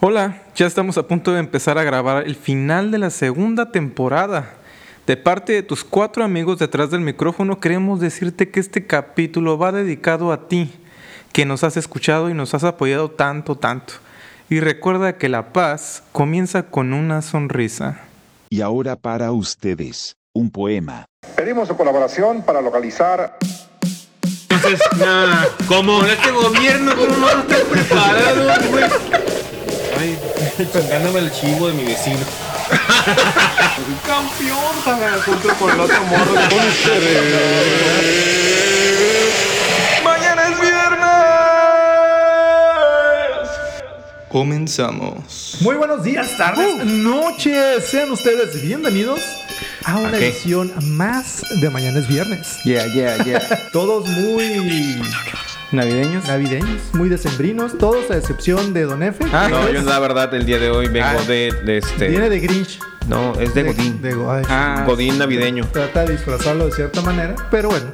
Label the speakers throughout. Speaker 1: Hola, ya estamos a punto de empezar a grabar el final de la segunda temporada. De parte de tus cuatro amigos detrás del micrófono, queremos decirte que este capítulo va dedicado a ti, que nos has escuchado y nos has apoyado tanto, tanto. Y recuerda que la paz comienza con una sonrisa.
Speaker 2: Y ahora para ustedes, un poema.
Speaker 3: Pedimos su colaboración para localizar
Speaker 4: Entonces, nada, como este gobierno ¿cómo no está preparado, güey. Ay, chingándome el chivo de mi vecino. Campeón, tan junto con el otro morro.
Speaker 1: ¡Mañana es viernes! Comenzamos.
Speaker 5: Muy buenos días, tardes,
Speaker 4: Uh.
Speaker 5: noches. Sean ustedes bienvenidos a una
Speaker 1: Ok.
Speaker 5: edición más de Mañana es Viernes.
Speaker 1: Yeah, yeah, yeah.
Speaker 5: Todos muy
Speaker 1: ¿Navideños?
Speaker 5: navideños, muy decembrinos, todos a excepción de Don Efe.
Speaker 1: Ah,
Speaker 4: No, yo la verdad el día de hoy vengo
Speaker 1: Ah.
Speaker 4: de, de este.
Speaker 5: Viene de Grinch.
Speaker 4: No, es de Godín.
Speaker 5: de Godín.
Speaker 1: Ah,
Speaker 4: Godín navideño.
Speaker 5: Trata de disfrazarlo de cierta manera, pero bueno.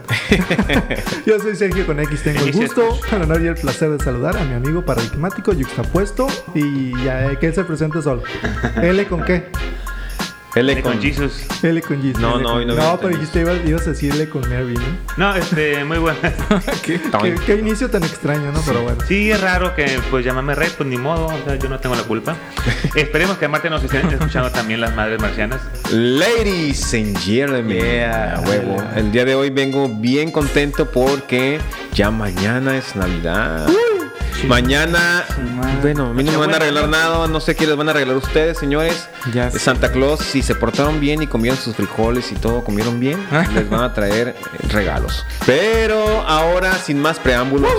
Speaker 5: Yo soy Sergio con X, tengo el gusto, el honor y el placer de saludar a mi amigo paradigmático, yuxtapuesto y ya, eh, que él se presente solo. ¿L con qué?
Speaker 4: L
Speaker 6: con
Speaker 4: con
Speaker 6: Jesus.
Speaker 5: L con G.
Speaker 4: No, no,
Speaker 5: L con-
Speaker 4: hoy no viene
Speaker 5: No, pero
Speaker 4: tenis.
Speaker 5: dijiste, ibas, ibas a decir L con Mary, ¿no?
Speaker 6: No, este, muy buenas.
Speaker 5: Qué,
Speaker 4: Toin.
Speaker 5: qué inicio tan extraño, ¿no? Pero bueno.
Speaker 6: Sí, es raro que pues llamarme rey, pues ni modo, o sea, yo no tengo la culpa. Esperemos que a Marte nos estén escuchando también las madres marcianas.
Speaker 4: Ladies and gentlemen, a huevo. El día de hoy vengo bien contento porque ya mañana es Navidad. Mañana, bueno, a mí no me van a arreglar nada, no sé qué les van a arreglar a ustedes, señores.
Speaker 1: Ya sé.
Speaker 4: Santa Claus, si se portaron bien y comieron sus frijoles y todo, comieron bien,
Speaker 1: Ah.
Speaker 4: les van a traer eh, regalos. Pero ahora, sin más preámbulos,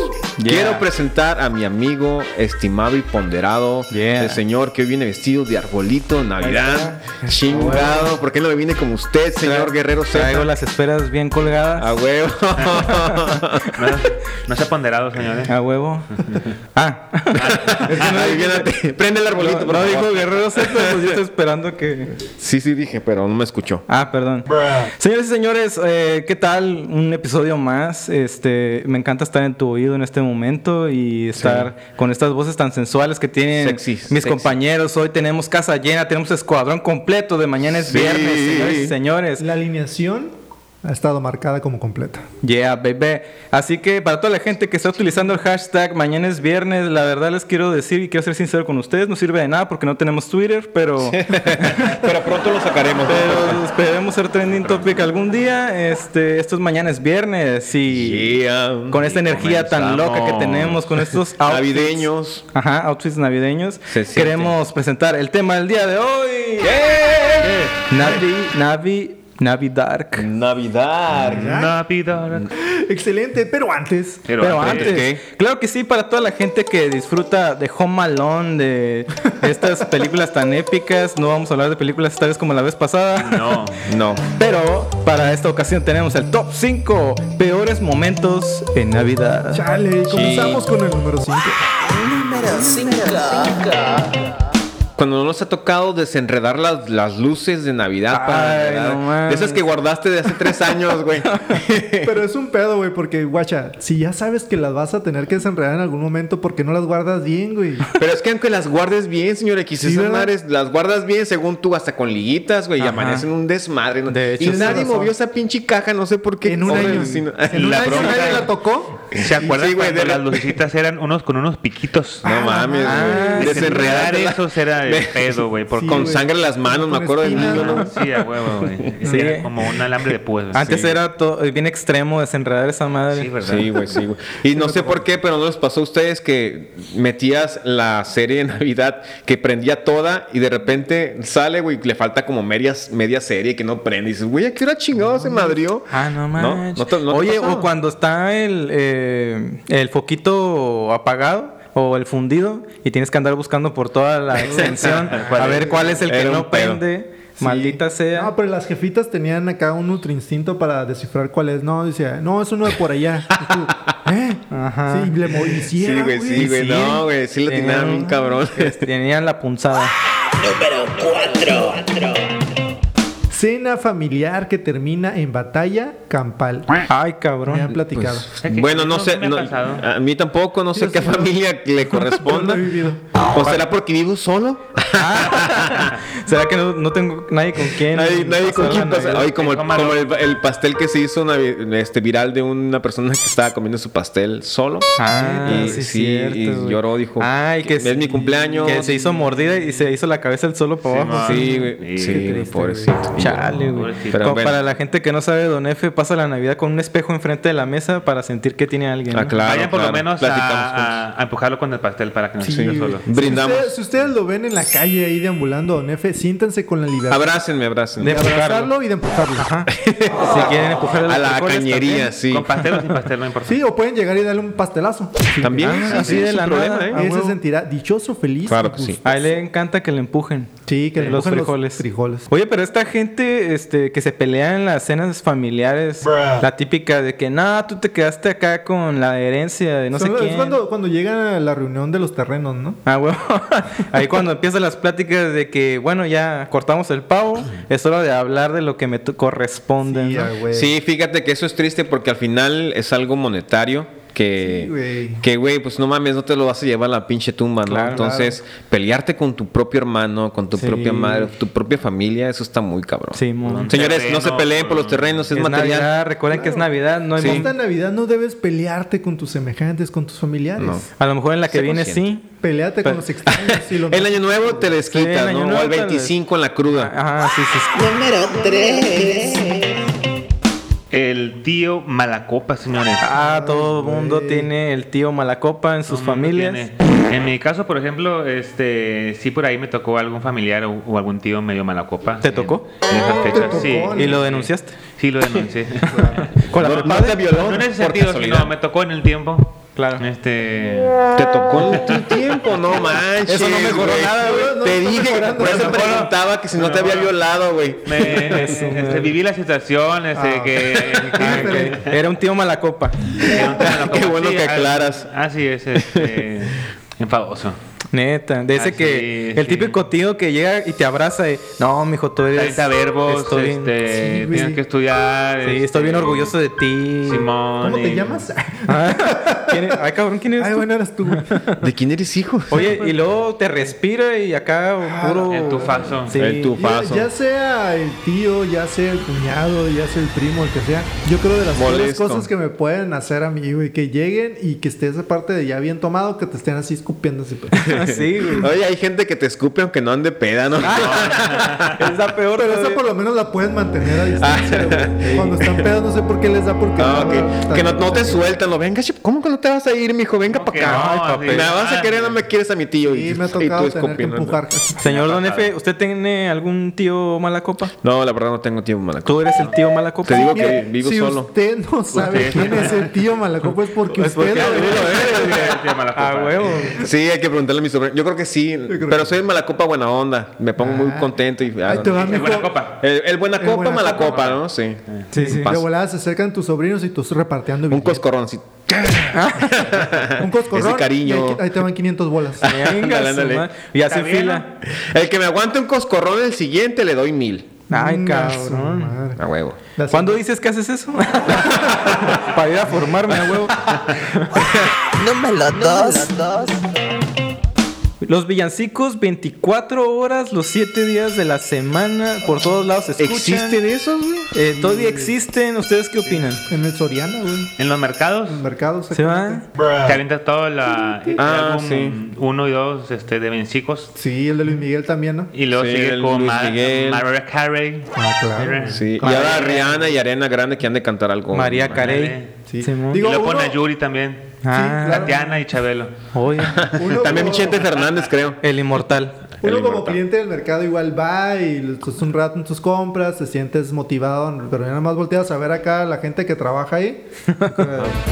Speaker 4: quiero
Speaker 1: Yeah.
Speaker 4: presentar a mi amigo, estimado y ponderado,
Speaker 1: Yeah.
Speaker 4: el señor que hoy viene vestido de arbolito Navidad. Chingado, ¿por qué no me viene como usted, señor Guerrero Z?
Speaker 1: Traigo las esferas bien colgadas.
Speaker 4: A huevo.
Speaker 6: No, no se ha ponderado, señores.
Speaker 1: A huevo. Ah.
Speaker 4: Adivínate. Prende el arbolito,
Speaker 1: No,
Speaker 4: por
Speaker 1: no
Speaker 4: favor.
Speaker 1: dijo Guerrero Z, pues yo estoy esperando que.
Speaker 4: Sí, sí dije, pero no me escuchó.
Speaker 1: Ah, perdón. Señores y señores, eh, ¿qué tal? Un episodio más. Este, me encanta estar en tu oído en este momento y estar con estas voces tan sensuales que tienen
Speaker 4: Sexy,
Speaker 1: mis
Speaker 4: sexy.
Speaker 1: compañeros. Hoy tenemos casa llena, tenemos escuadrón completo de mañana es
Speaker 4: Sí.
Speaker 1: viernes, señores y señores.
Speaker 5: La alineación ha estado marcada como completa.
Speaker 1: Yeah, baby. Así que para toda la gente que está utilizando el hashtag mañana es viernes, la verdad les quiero decir y quiero ser sincero con ustedes, no sirve de nada porque no tenemos Twitter, pero
Speaker 4: pero pronto lo sacaremos.
Speaker 1: pero esperemos ser trending topic algún día. Este, esto es mañana es viernes y
Speaker 4: Yeah.
Speaker 1: con esta
Speaker 4: Y
Speaker 1: energía tan
Speaker 4: comenzamos.
Speaker 1: loca que tenemos con estos outfits-
Speaker 4: Navideños.
Speaker 1: Ajá, outfits navideños.
Speaker 4: Se siente.
Speaker 1: Queremos presentar el tema del día de hoy. Navi, Navi, Navi Dark.
Speaker 4: Mm, Navidad.
Speaker 6: Navidad.
Speaker 5: Excelente, pero antes.
Speaker 6: Pero,
Speaker 1: Pero
Speaker 6: antes,
Speaker 1: antes, claro que sí, para toda la gente que disfruta de Home Alone, de estas películas tan épicas, no vamos a hablar de películas tales como la vez pasada.
Speaker 6: No.
Speaker 4: No.
Speaker 1: Pero para esta ocasión tenemos el top 5 peores momentos en Navidad.
Speaker 5: Chale, comenzamos con el número 5.
Speaker 4: Cuando nos ha tocado desenredar las, las luces de Navidad para
Speaker 1: Ay,
Speaker 4: Navidad.
Speaker 1: no mames.
Speaker 4: de esas que guardaste de hace tres años, güey.
Speaker 5: Pero es un pedo, güey, porque, guacha, si ya sabes que las vas a tener que desenredar en algún momento, ¿por qué no las guardas bien, güey?
Speaker 4: Pero es que aunque las guardes bien, señor X,
Speaker 5: Sí,
Speaker 4: esas
Speaker 5: ¿verdad?
Speaker 4: madres las guardas bien según tú, hasta con liguitas, güey, y
Speaker 1: Ajá.
Speaker 4: amanecen un desmadre. ¿no?
Speaker 1: De hecho,
Speaker 4: y
Speaker 1: tienes
Speaker 4: nadie
Speaker 5: razón.
Speaker 4: movió esa pinche caja, no sé por qué.
Speaker 5: En un
Speaker 4: Pobre
Speaker 5: año.
Speaker 4: vecino.
Speaker 5: En un
Speaker 6: La
Speaker 5: año
Speaker 6: bronca
Speaker 5: nadie
Speaker 6: es-
Speaker 5: la tocó.
Speaker 6: ¿Se acuerdan
Speaker 4: Sí, güey,
Speaker 6: cuando
Speaker 4: de la-
Speaker 6: las lucecitas eran unos con unos piquitos?
Speaker 4: No mames,
Speaker 1: Ah,
Speaker 4: güey.
Speaker 6: Desenredar
Speaker 4: Desenredártela.
Speaker 6: esos era el pedo, güey. Porque
Speaker 5: Sí,
Speaker 4: Con
Speaker 5: güey.
Speaker 4: sangre en las manos, me
Speaker 5: Con
Speaker 4: acuerdo del
Speaker 5: espinas.
Speaker 4: niño, ¿no?
Speaker 6: Sí, a huevo, güey.
Speaker 1: Sí.
Speaker 6: Era como un alambre de puedo.
Speaker 1: Antes era to- eh, bien extremo desenredar esa madre.
Speaker 6: Sí, verdad.
Speaker 4: Sí, güey, sí, güey. Y no sé por qué, pero no les pasó a ustedes que metías la serie de Navidad que prendía toda y de repente sale, güey, le falta como medias, media serie que no prende. Y dices, güey, ¿a qué hora chingado se madrió?
Speaker 1: Ah, no manches.
Speaker 4: ¿No te- no te
Speaker 1: Oye,
Speaker 4: pasaba?
Speaker 1: o cuando está el, eh, el foquito apagado o el fundido y tienes que andar buscando por toda la extensión a ver cuál es el que
Speaker 4: Era un
Speaker 1: no
Speaker 4: pedo.
Speaker 1: prende. Maldita sea.
Speaker 5: No, pero las jefitas tenían acá un ultra instinto para descifrar cuál es. No, decía, no, es uno de por allá. Y tú, ¿Eh?
Speaker 1: Ajá.
Speaker 5: Sí, le moví.
Speaker 4: Sí, güey, sí, güey. No, güey, sí lo
Speaker 1: Tenían- este,
Speaker 4: tenían bien cabrón.
Speaker 1: Tenían la punzada.
Speaker 5: Cena familiar que termina en batalla campal.
Speaker 1: Ay,
Speaker 5: Me han
Speaker 1: cabrón.
Speaker 4: Pues,
Speaker 5: platicado.
Speaker 6: Es que
Speaker 4: bueno, no,
Speaker 6: no
Speaker 4: sé,
Speaker 6: me ha
Speaker 4: no-
Speaker 6: pasado.
Speaker 4: a mí tampoco, no sé
Speaker 5: Yo
Speaker 4: qué
Speaker 5: sí, no.
Speaker 4: familia le corresponda.
Speaker 5: No he vivido.
Speaker 4: ¿O será porque vivo solo?
Speaker 1: ¿Será que no, no tengo nadie con quien?
Speaker 4: Nadie, nadie con
Speaker 1: pasar
Speaker 4: quien
Speaker 1: la
Speaker 4: pasar.
Speaker 1: Navidad?
Speaker 4: Ay, como,
Speaker 6: Toma
Speaker 4: como
Speaker 6: lo-
Speaker 4: el, el pastel que se hizo una vi- este, viral de una persona que estaba comiendo su pastel solo.
Speaker 1: Ah,
Speaker 4: Y-
Speaker 1: sí,
Speaker 4: sí,
Speaker 1: cierto,
Speaker 4: y
Speaker 1: güey.
Speaker 4: lloró, dijo,
Speaker 1: Ay, que
Speaker 4: "Es mi cumpleaños".
Speaker 1: Que se hizo mordida y se hizo la cabeza el solo para abajo.
Speaker 6: man.
Speaker 4: Sí, güey.
Speaker 6: Sí,
Speaker 4: Sí,
Speaker 6: qué
Speaker 4: güey,
Speaker 5: triste,
Speaker 4: pobrecito.
Speaker 1: Chale, güey.
Speaker 6: Pobrecito.
Speaker 4: Pero
Speaker 1: Como
Speaker 4: bueno.
Speaker 1: Para la gente que no sabe, Don F pasa la Navidad con un espejo enfrente de la mesa para sentir que tiene a alguien. ¿no?
Speaker 4: Ah, claro,
Speaker 6: Vayan por lo
Speaker 4: claro.
Speaker 6: menos a,
Speaker 4: Platicamos
Speaker 6: a- a empujarlo con el pastel para que no se siga
Speaker 5: Sí,
Speaker 6: solo.
Speaker 5: güey. Si
Speaker 4: Brindamos.
Speaker 5: ustedes- Si ustedes lo ven en la calle ahí deambulando, don F, siéntanse con la libertad.
Speaker 4: Abrácenme, abrácenme.
Speaker 5: de
Speaker 1: De empujarlo.
Speaker 5: abrazarlo y de empujarlo.
Speaker 1: Si quieren empujar
Speaker 4: a la
Speaker 1: frijoles
Speaker 4: cañería,
Speaker 1: también.
Speaker 4: sí.
Speaker 6: Con pastel o sin pastel, no importa.
Speaker 5: Sí, o pueden llegar y darle un pastelazo.
Speaker 4: También,
Speaker 1: Ah, así de
Speaker 4: sin
Speaker 1: la
Speaker 4: problema,
Speaker 1: nada,
Speaker 4: ¿eh?
Speaker 1: Ah,
Speaker 5: Él se
Speaker 1: huevo.
Speaker 5: sentirá dichoso, feliz.
Speaker 4: Claro
Speaker 5: y
Speaker 4: que sí.
Speaker 1: A él le encanta que le empujen.
Speaker 5: Sí, que le
Speaker 1: los
Speaker 5: empujen los
Speaker 1: frijoles.
Speaker 5: frijoles.
Speaker 1: Oye, pero esta gente este, que se pelea en las cenas familiares, la típica de que, no, tú te quedaste acá con la herencia de no
Speaker 5: Son-
Speaker 1: sé quién.
Speaker 5: Es cuando, cuando llega la reunión de los terrenos, ¿no?
Speaker 1: Ah, huevo. Ahí cuando empiezan las pláticas de que, bueno, ya cortamos el pavo, es hora de hablar de lo que me to- corresponde.
Speaker 5: Sí,
Speaker 1: ¿no?
Speaker 5: ah, güey.
Speaker 4: Sí, fíjate que eso es triste porque al final es algo monetario que,
Speaker 5: Sí, güey.
Speaker 4: que güey, pues no mames, no te lo vas a llevar a la pinche tumba, ¿no?
Speaker 1: Claro.
Speaker 4: Entonces, pelearte con tu propio hermano, con tu
Speaker 1: Sí.
Speaker 4: propia madre, tu propia familia, eso está muy cabrón.
Speaker 1: Sí, mon.
Speaker 4: Señores, no
Speaker 6: Terreno,
Speaker 4: se peleen por los terrenos, es,
Speaker 1: Es
Speaker 4: material.
Speaker 1: Navidad, recuerden que es Navidad, no hay
Speaker 4: Sí.
Speaker 1: mon-
Speaker 5: Esta Navidad no debes pelearte con tus semejantes, con tus familiares.
Speaker 4: No.
Speaker 1: A lo mejor en la que
Speaker 4: Sé
Speaker 1: viene
Speaker 4: consciente.
Speaker 1: sí.
Speaker 5: Peleate
Speaker 1: Pe-
Speaker 5: con los extraños y los
Speaker 4: El año nuevo te
Speaker 1: Sí,
Speaker 4: desquitas,
Speaker 1: el Año
Speaker 4: ¿no?
Speaker 1: Nuevo
Speaker 4: o el
Speaker 1: te les-
Speaker 4: 25 en la cruda.
Speaker 1: Ajá, sí, sí. sí.
Speaker 7: Número 3.
Speaker 6: El tío Malacopa, señores.
Speaker 1: Ah, todo el mundo
Speaker 5: güey.
Speaker 1: tiene el tío Malacopa en sus
Speaker 6: Todo mundo
Speaker 1: familias.
Speaker 6: tiene. En mi caso, por ejemplo, este, sí por ahí me tocó algún familiar o, o algún tío medio Malacopa.
Speaker 1: ¿Te tocó?
Speaker 6: En esas
Speaker 5: te
Speaker 6: fechas,
Speaker 5: tocó,
Speaker 6: sí.
Speaker 5: ¿no?
Speaker 1: ¿Y lo
Speaker 4: este
Speaker 1: denunciaste?
Speaker 6: Sí, lo denuncié.
Speaker 1: Con la
Speaker 4: No,
Speaker 1: papá
Speaker 4: no te violó.
Speaker 6: no en ese
Speaker 4: por
Speaker 6: sentido,
Speaker 4: casualidad.
Speaker 6: sino me tocó en el tiempo.
Speaker 1: Claro.
Speaker 6: Este.
Speaker 4: Te tocó en tu tiempo, no manches.
Speaker 1: Ah. Eso no mejoró
Speaker 4: güey.
Speaker 1: nada, güey.
Speaker 5: No, no
Speaker 4: Te
Speaker 5: está
Speaker 4: dije,
Speaker 5: mejorando.
Speaker 4: por eso
Speaker 5: No, no.
Speaker 4: preguntaba que si no te había violado, güey.
Speaker 6: me- este, viví la situación, este,
Speaker 5: Ah.
Speaker 6: que.
Speaker 1: Ah, ok. Era un tío Malacopa.
Speaker 6: que un tío Malacopa,
Speaker 4: Qué bueno que
Speaker 6: ah,
Speaker 4: aclaras.
Speaker 6: Así es, este. Enfadoso.
Speaker 1: Neta, de ese
Speaker 6: Ah,
Speaker 1: que
Speaker 6: sí,
Speaker 1: el
Speaker 6: sí.
Speaker 1: tío tío que llega y te abraza y no, mijo, tú eres
Speaker 6: Falta verbos,
Speaker 1: estoy bien-
Speaker 6: este,
Speaker 5: Sí, güey.
Speaker 6: tienes que estudiar. este,
Speaker 1: Sí, estoy
Speaker 4: este,
Speaker 1: bien orgulloso de ti.
Speaker 6: Simón.
Speaker 5: ¿Cómo te
Speaker 6: y-
Speaker 5: llamas?
Speaker 1: Ah, ¿quién es- Ay, cabrón, ¿quién eres
Speaker 5: Ay,
Speaker 1: tú?
Speaker 5: bueno, eras tú. güey.
Speaker 4: ¿De quién eres hijo?
Speaker 1: Oye, y luego te respira y acá
Speaker 5: Ah,
Speaker 1: puro
Speaker 6: el tufazo.
Speaker 1: Sí.
Speaker 4: El tu-
Speaker 5: Ya,
Speaker 4: Paso.
Speaker 5: ya sea el tío, ya sea el cuñado, ya sea el primo, el que sea. Yo creo de las peores
Speaker 4: Molesto.
Speaker 5: cosas que me pueden hacer a mí, güey, que lleguen y que estés aparte de ya bien tomado, que te estén así escupiendo así.
Speaker 1: Sí, güey.
Speaker 4: Oye, hay gente que te escupe aunque no ande peda, ¿no?
Speaker 1: Ah. Es la peor.
Speaker 5: Pero esa
Speaker 1: todavía.
Speaker 5: por lo menos la pueden mantener a distancia, güey. Cuando están pedos, no sé por qué les da porque
Speaker 4: Ah,
Speaker 5: no,
Speaker 4: ok.
Speaker 5: no,
Speaker 4: que no,
Speaker 5: no,
Speaker 4: no te sueltan, lo venga, chip, ¿cómo que no te vas a ir, mijo? Venga
Speaker 6: ¿Cómo
Speaker 4: para
Speaker 6: que
Speaker 4: acá.
Speaker 6: no?
Speaker 4: Ay, papi.
Speaker 6: Así.
Speaker 4: me vas
Speaker 1: Ah,
Speaker 4: a querer, no me quieres a mi tío.
Speaker 5: Sí, me ha tocado tener que
Speaker 4: escupiendo.
Speaker 5: empujar.
Speaker 1: Señor Don F, ¿usted tiene algún tío Malacopa?
Speaker 4: No, la verdad no tengo tiempo, mala
Speaker 1: ¿Tú eres el tío Malacopa?
Speaker 4: Te digo que
Speaker 5: Mire,
Speaker 4: vivo
Speaker 5: si
Speaker 4: solo.
Speaker 5: usted no sabe
Speaker 6: Usted.
Speaker 5: quién es el tío Malacopa es porque
Speaker 1: Es porque
Speaker 5: usted
Speaker 1: a
Speaker 5: lo
Speaker 1: huevo,
Speaker 5: es.
Speaker 1: A
Speaker 5: Ah,
Speaker 1: Ah, huevo.
Speaker 4: Sí, hay que preguntarle a mi sobrino. Yo creo que sí,
Speaker 5: creo
Speaker 4: pero
Speaker 5: que Ah.
Speaker 4: soy mala copa buena onda. Me pongo muy contento y. ah,
Speaker 5: Ahí te va,
Speaker 6: Es
Speaker 5: mijo.
Speaker 6: buena copa.
Speaker 4: El, el buena
Speaker 5: El
Speaker 4: copa,
Speaker 5: buena
Speaker 4: mala
Speaker 5: copa.
Speaker 4: copa, ¿no? Sí.
Speaker 1: Sí, sí.
Speaker 5: De
Speaker 4: Paso.
Speaker 5: volada se acercan tus sobrinos y tú estás reparteando
Speaker 4: Un
Speaker 5: billetes.
Speaker 4: coscorrón, sí.
Speaker 5: Un coscorrón.
Speaker 4: Ese cariño.
Speaker 5: y ahí- Ahí te van 500 bolas.
Speaker 1: Venga,
Speaker 4: Ándale,
Speaker 1: su
Speaker 4: ándale.
Speaker 1: madre. Y hace
Speaker 6: Está bien,
Speaker 1: fila.
Speaker 4: El que me aguante un coscorrón el siguiente le doy mil.
Speaker 1: Ay,
Speaker 5: Venga, su
Speaker 1: cabrón.
Speaker 5: madre.
Speaker 4: A huevo.
Speaker 5: La
Speaker 1: ¿Cuándo
Speaker 5: señora-
Speaker 1: dices que haces eso? Para ir a formarme, a huevo.
Speaker 7: Número 2.
Speaker 1: Los villancicos 24 horas, los 7 días de la semana, por todos lados se escuchan.
Speaker 4: ¿Existen esos, güey?
Speaker 1: Eh, todavía existen. ¿Ustedes qué opinan?
Speaker 5: En el Soriana, güey.
Speaker 6: En los mercados
Speaker 5: En el mercado.
Speaker 1: ¿Se van?
Speaker 6: te avientas todo la, el
Speaker 4: Ah,
Speaker 6: álbum
Speaker 4: sí.
Speaker 6: uno y dos este, de vencicos.
Speaker 5: Sí, el de Luis Miguel también, ¿no?
Speaker 6: Y luego
Speaker 4: Sí,
Speaker 6: sigue
Speaker 4: el
Speaker 6: con
Speaker 4: Luis
Speaker 6: Ma-
Speaker 4: Miguel.
Speaker 6: Mariah Carey.
Speaker 5: Ah, claro.
Speaker 4: Sí. Y ahora Rihanna y Arena Grande que han de cantar algo.
Speaker 1: María
Speaker 4: Carey.
Speaker 1: Carey.
Speaker 5: Sí.
Speaker 1: Simón.
Speaker 6: Y
Speaker 5: Digo-
Speaker 6: luego pone
Speaker 5: uno-
Speaker 6: a Yuri también.
Speaker 1: Ah,
Speaker 5: claro.
Speaker 6: Tatiana y Chabelo.
Speaker 1: oye,
Speaker 5: Uno-
Speaker 4: También
Speaker 5: uno-
Speaker 4: Chente Fernández, creo.
Speaker 1: el inmortal.
Speaker 5: Uno
Speaker 4: El
Speaker 5: como
Speaker 4: inmortal.
Speaker 5: cliente del mercado igual va y estás un rato en tus compras, te sientes motivado, pero ya nada más volteas a ver acá a la gente que trabaja ahí.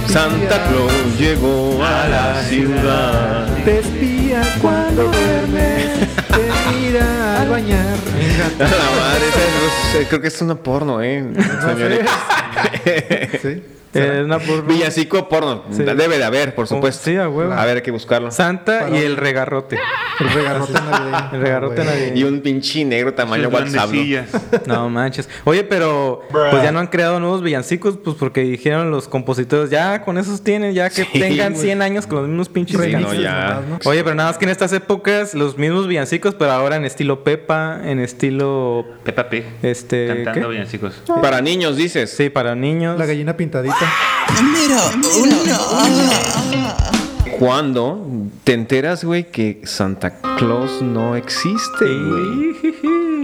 Speaker 4: Santa Claus llegó a la ciudad.
Speaker 5: Te espía cuando duermes, te mira al bañar.
Speaker 4: A la madre, esa es- creo que es una porno, eh. señores.
Speaker 5: Sí.
Speaker 1: Eh, una por-
Speaker 4: Villancico porno.
Speaker 1: Sí. Oh,
Speaker 4: Debe de haber, por supuesto.
Speaker 1: sí, a huevo.
Speaker 4: ver, hay que buscarlo.
Speaker 1: Santa y
Speaker 5: Parodia.
Speaker 1: el regarrote.
Speaker 5: El regarrote navideño.
Speaker 1: El regarrote
Speaker 5: Ah, güey.
Speaker 1: navideño.
Speaker 4: Y un pinche negro tamaño
Speaker 6: Sus
Speaker 4: WhatsApp. ¿no?
Speaker 6: duendecillas.
Speaker 1: No manches. Oye, pero pues ya no han creado nuevos villancicos, pues porque dijeron los compositores, ya con esos tienen, ya que
Speaker 4: Sí,
Speaker 1: tengan
Speaker 4: güey.
Speaker 1: 100 años con los mismos pinches
Speaker 4: Sí, no,
Speaker 1: canciones.
Speaker 4: ya.
Speaker 5: nomás, ¿no?
Speaker 1: Oye, pero nada más que en estas épocas los mismos villancicos, pero ahora en estilo Pepa, en estilo
Speaker 6: Peppa Pig.
Speaker 1: este
Speaker 6: Cantando
Speaker 1: ¿qué?
Speaker 6: villancicos.
Speaker 4: Para niños, dices.
Speaker 1: Sí, para niños.
Speaker 5: La gallina pintadita.
Speaker 4: Cuando te enteras, güey, que Santa Claus no existe, güey.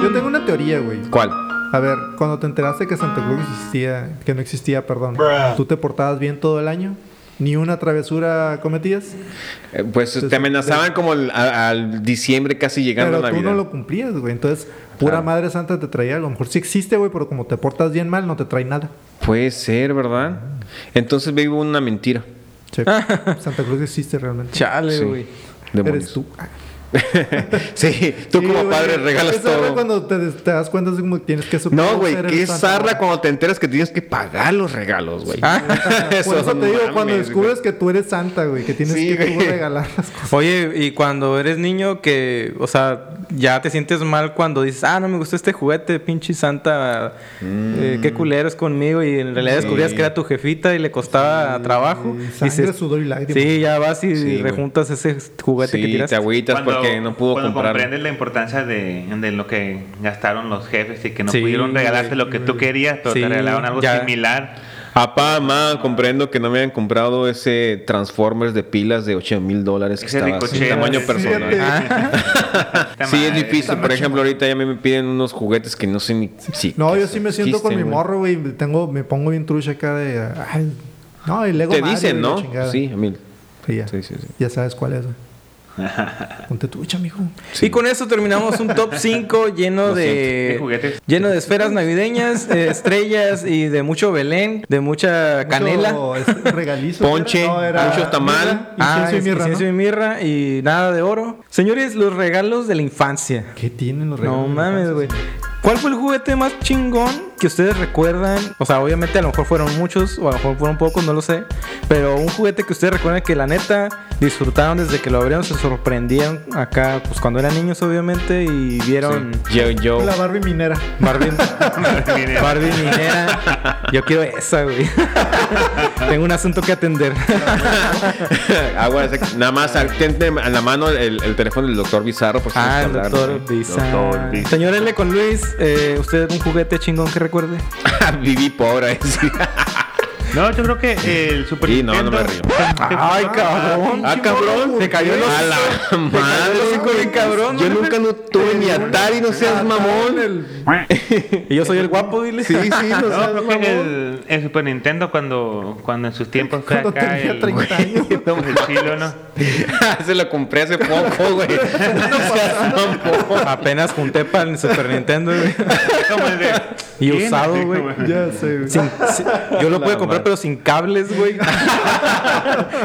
Speaker 5: Yo tengo una teoría, güey.
Speaker 4: ¿Cuál?
Speaker 5: A ver, cuando te enteraste que Santa Claus existía, que no existía, perdón, ¿tú te portabas bien todo el año? ¿Ni una travesura cometías?
Speaker 4: Eh, pues te amenazaban como al, a- al diciembre casi llegando
Speaker 5: eh, Pero
Speaker 4: a
Speaker 5: tú
Speaker 4: Navidad.
Speaker 5: no lo cumplías, güey. Entonces, pura
Speaker 4: Claro.
Speaker 5: madre santa te traía. A lo mejor sí existe, güey, pero como te portas bien mal, no te trae nada.
Speaker 4: Puede ser, ¿verdad? Entonces vivo una mentira.
Speaker 5: Sí. Santa Claus existe realmente.
Speaker 1: Chale,
Speaker 4: Sí.
Speaker 1: güey.
Speaker 5: Eres
Speaker 4: Demonios.
Speaker 5: tú.
Speaker 4: sí, tú como
Speaker 5: Sí,
Speaker 4: padre
Speaker 5: güey.
Speaker 4: regalas
Speaker 5: Esa fue
Speaker 4: todo.
Speaker 5: cuando te, des- te das cuenta de como que tienes que superar
Speaker 4: No, güey,
Speaker 5: ser el
Speaker 4: qué
Speaker 5: Santa,
Speaker 4: zarra
Speaker 5: güey.
Speaker 4: cuando te enteras que tienes que pagar los regalos, güey.
Speaker 1: Ah.
Speaker 5: Por eso
Speaker 4: no
Speaker 5: te digo, cuando
Speaker 4: mames,
Speaker 5: descubres que tú eres santa, güey, que tienes
Speaker 4: Sí,
Speaker 5: que tú
Speaker 4: güey.
Speaker 5: regalar las cosas.
Speaker 1: Oye, y cuando eres niño que, o sea, ya te sientes mal cuando dices, ah, no me gustó este juguete, pinche santa, eh,
Speaker 4: Mm.
Speaker 1: qué culero es conmigo, y en realidad descubrías que era tu jefita y le costaba trabajo.
Speaker 5: Y sangre,
Speaker 1: Dices,
Speaker 5: sudor y lágrimas.
Speaker 1: sí, ya vas y
Speaker 4: Sí, güey.
Speaker 1: rejuntas ese juguete
Speaker 4: Sí,
Speaker 1: que
Speaker 4: te
Speaker 1: tiraste.
Speaker 4: agüitas porque no pudo
Speaker 6: cuando
Speaker 4: comprar.
Speaker 6: comprendes la importancia de, de lo que gastaron los jefes y que no
Speaker 1: Sí,
Speaker 6: pudieron regalarte
Speaker 1: güey,
Speaker 6: lo que tú querías, pero
Speaker 1: Sí,
Speaker 6: te regalaron algo
Speaker 1: ya.
Speaker 6: similar.
Speaker 4: Papá, mamá, comprendo que no me habían comprado ese Transformers de pilas de 8 mil dólares que
Speaker 6: Ese
Speaker 4: estaba así,
Speaker 6: ricochet.
Speaker 4: tamaño personal. Ah,
Speaker 5: Fíjate.
Speaker 1: Ah,
Speaker 6: Esta
Speaker 4: Sí, es
Speaker 6: madre.
Speaker 4: difícil. Por ejemplo, ahorita ya me piden unos juguetes que no sé ni si.
Speaker 5: No,
Speaker 4: que
Speaker 5: yo sí me siento con mi
Speaker 4: existen, güey.
Speaker 5: morro, güey. Tengo, me pongo bien trucha acá de. Ay, no, el Lego
Speaker 4: Te
Speaker 5: Mario
Speaker 4: dicen,
Speaker 5: y la
Speaker 4: ¿no?
Speaker 5: chingada.
Speaker 4: Sí, a mí.
Speaker 5: Sí, ya.
Speaker 4: Sí, sí, sí.
Speaker 5: Ya sabes cuál es, güey. Ponte trucha, mijo.
Speaker 1: Y con eso terminamos un top 5 lleno
Speaker 4: Lo
Speaker 1: de,
Speaker 4: siento.
Speaker 6: De juguetes.
Speaker 1: lleno de esferas navideñas, eh, estrellas y de mucho Belén, de mucha canela.
Speaker 5: Mucho, este, regalizo.
Speaker 4: Ponche, mucho tamal.
Speaker 5: mirra,
Speaker 1: Ah,
Speaker 5: incienso y mirra,
Speaker 1: incienso
Speaker 5: ¿no?
Speaker 1: y mirra y nada de oro. Señores, los regalos de la infancia.
Speaker 5: ¿Qué tienen los regalos?
Speaker 1: No
Speaker 5: de
Speaker 1: mames,
Speaker 5: infancia?
Speaker 1: güey. ¿Cuál fue el juguete más chingón que ustedes recuerdan? O sea, obviamente a lo mejor fueron muchos o a lo mejor fueron pocos, no lo sé. Pero un juguete que ustedes recuerdan que la neta disfrutaron desde que lo abrieron, se sorprendieron acá, pues cuando eran niños obviamente y vieron
Speaker 4: Yo, yo.
Speaker 5: La Barbie minera.
Speaker 1: Barbie,
Speaker 6: Minera.
Speaker 1: Barbie minera. Yo quiero esa, güey. Tengo un asunto que atender.
Speaker 4: Ah, bueno, ese- nada más al- ten ten a la mano el, el teléfono del doctor Bizarro por si
Speaker 1: Ah, el
Speaker 4: necesitas hablar,
Speaker 1: doctor
Speaker 4: ¿no? Doctor
Speaker 1: Pizarro.
Speaker 4: Bizarro.
Speaker 1: Señor L con Luis, eh, ¿usted un juguete chingón que recuerde?
Speaker 4: Viví pobre. ahí sí.
Speaker 6: No, yo creo que el Super
Speaker 4: Y no, no me río.
Speaker 1: Ay, cabrón.
Speaker 4: Ah, cabrón.
Speaker 1: Te cayó el
Speaker 4: A la madre.
Speaker 1: bien cabrón.
Speaker 4: Yo nunca no tuve ni Atari, no seas mamón.
Speaker 1: Y yo soy el guapo, dile.
Speaker 4: Sí, sí, no
Speaker 6: No,
Speaker 4: seas
Speaker 6: creo que
Speaker 4: mamón.
Speaker 6: el, el Super Nintendo cuando, cuando en sus tiempos fue
Speaker 5: Cuando
Speaker 6: acá
Speaker 5: tenía
Speaker 6: el,
Speaker 5: 30 años.
Speaker 6: el chilo, ¿no?
Speaker 4: Se lo compré hace poco, güey. No seas mamón.
Speaker 1: Apenas junté para el Super Nintendo, güey.
Speaker 6: Como el de-
Speaker 1: Y
Speaker 6: ¿Quién?
Speaker 1: usado,
Speaker 6: Así
Speaker 1: güey.
Speaker 6: como-
Speaker 5: Ya sé, güey.
Speaker 1: Sin- sin- yo lo
Speaker 4: La
Speaker 1: pude comprar,
Speaker 4: madre.
Speaker 1: pero sin cables, güey.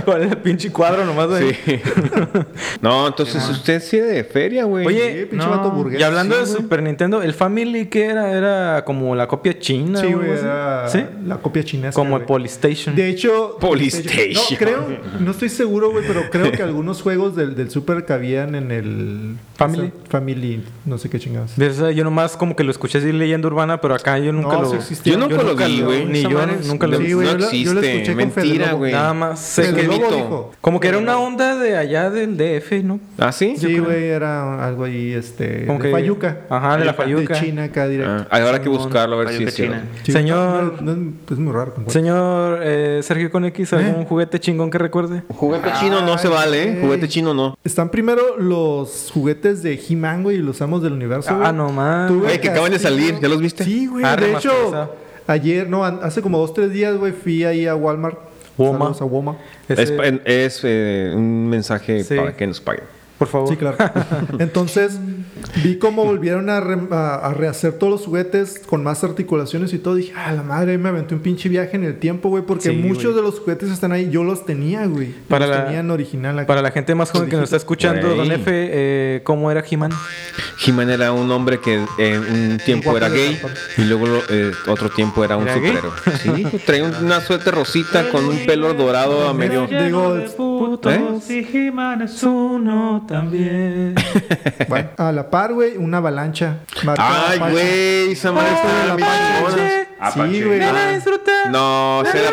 Speaker 1: Con el pinche cuadro nomás, güey.
Speaker 4: Sí. No, entonces usted sí de feria, güey.
Speaker 1: Oye,
Speaker 5: Sí, pinche vato burgués,
Speaker 1: y hablando
Speaker 5: sí,
Speaker 1: de
Speaker 5: güey.
Speaker 1: Super Nintendo, el Family, ¿qué era? Era como la copia china.
Speaker 5: Sí,
Speaker 1: o
Speaker 5: güey.
Speaker 1: algo así.
Speaker 5: era
Speaker 1: ¿Sí?
Speaker 5: La copia chinesa.
Speaker 1: Como el
Speaker 5: güey.
Speaker 1: Polystation.
Speaker 5: De hecho,
Speaker 4: Polystation.
Speaker 5: No, creo, no estoy seguro, güey, pero creo que algunos juegos del, del Super cabían en el
Speaker 1: Family.
Speaker 5: Family, no sé qué chingados.
Speaker 1: De esa, yo nomás como que lo escuché así leyenda urbana, pero acá yo nunca
Speaker 5: No,
Speaker 1: lo.
Speaker 5: sí existía.
Speaker 4: yo nunca
Speaker 1: yo
Speaker 4: lo
Speaker 1: nunca
Speaker 4: vi,
Speaker 1: lo-
Speaker 4: güey.
Speaker 1: ni
Speaker 4: Esa
Speaker 1: yo
Speaker 4: madre es-
Speaker 1: nunca lo
Speaker 5: vi,
Speaker 4: no
Speaker 5: güey. Yo la-
Speaker 4: existe.
Speaker 5: yo la escuché con Fede
Speaker 4: Mentira,
Speaker 5: Lobo.
Speaker 4: güey.
Speaker 1: Nada más sé
Speaker 5: Fede
Speaker 1: que-
Speaker 5: Lobo
Speaker 4: Mito.
Speaker 5: dijo.
Speaker 1: Como que era una onda de allá del DF, ¿no?
Speaker 4: ¿Ah, sí?
Speaker 5: Sí, güey, era algo ahí, este,
Speaker 1: Como
Speaker 5: de
Speaker 1: que-
Speaker 5: Fayuca.
Speaker 1: Ajá, de la Fayuca.
Speaker 5: De China acá
Speaker 4: Ah,
Speaker 5: directo.
Speaker 4: ahora hay que buscarlo a ver si
Speaker 6: Fayuca
Speaker 4: es cierto.
Speaker 6: China.
Speaker 5: Sí,
Speaker 1: Señor-
Speaker 5: no, no, pues es muy raro. compadre.
Speaker 1: Señor eh, Sergio con X, ¿algún juguete chingón que recuerde?
Speaker 4: Juguete chino no se vale, ¿eh?
Speaker 5: güey.
Speaker 4: Juguete chino no.
Speaker 5: Están primero los juguetes de He-Man, güey, y los amos del universo.
Speaker 1: Ah,
Speaker 5: güey.
Speaker 1: no mames.
Speaker 5: Tuve
Speaker 4: Güey, que acaban de
Speaker 5: castigo.
Speaker 4: salir, ¿ya los viste?
Speaker 5: Sí, güey.
Speaker 1: Ah,
Speaker 5: de hecho,
Speaker 1: remasterizado.
Speaker 5: ayer, no, an- hace como dos, tres días, güey, fui ahí a Walmart.
Speaker 1: Woma.
Speaker 5: Saludos a Woma.
Speaker 1: Ese-
Speaker 4: Es, en- es, eh, un mensaje
Speaker 1: Sí.
Speaker 4: para que nos paguen.
Speaker 1: por favor.
Speaker 5: Sí, claro. Entonces, vi cómo volvieron a, re- a- a rehacer todos los juguetes con más articulaciones y todo. Dije, ah, la madre, me aventé un pinche viaje en el tiempo, güey, porque
Speaker 1: Sí,
Speaker 5: muchos
Speaker 1: güey.
Speaker 5: de los juguetes están ahí. Yo los tenía, güey. Yo
Speaker 1: Para
Speaker 5: los
Speaker 1: la-
Speaker 5: tenía en original acá.
Speaker 1: Para la gente más joven que nos está escuchando,
Speaker 4: Güey.
Speaker 1: Don F, eh, ¿cómo era He-Man?
Speaker 4: He-Man era un hombre que eh, un tiempo
Speaker 5: Guapo
Speaker 4: era
Speaker 5: de
Speaker 4: gay
Speaker 5: campo.
Speaker 4: y luego lo- eh, otro tiempo era un
Speaker 1: ¿Era gay?
Speaker 4: superhéroe. Sí, traía un- una suerte rosita con un pelo dorado a medio. ¿eh?
Speaker 5: Digo, es-
Speaker 4: putos
Speaker 1: uno también.
Speaker 5: bueno, a la par, güey, una avalancha. Marcó
Speaker 4: Ay,
Speaker 5: Apache.
Speaker 4: güey, esa madre está en la misma zona.
Speaker 5: Sí, güey.
Speaker 1: disfrutar.
Speaker 4: No, ese era-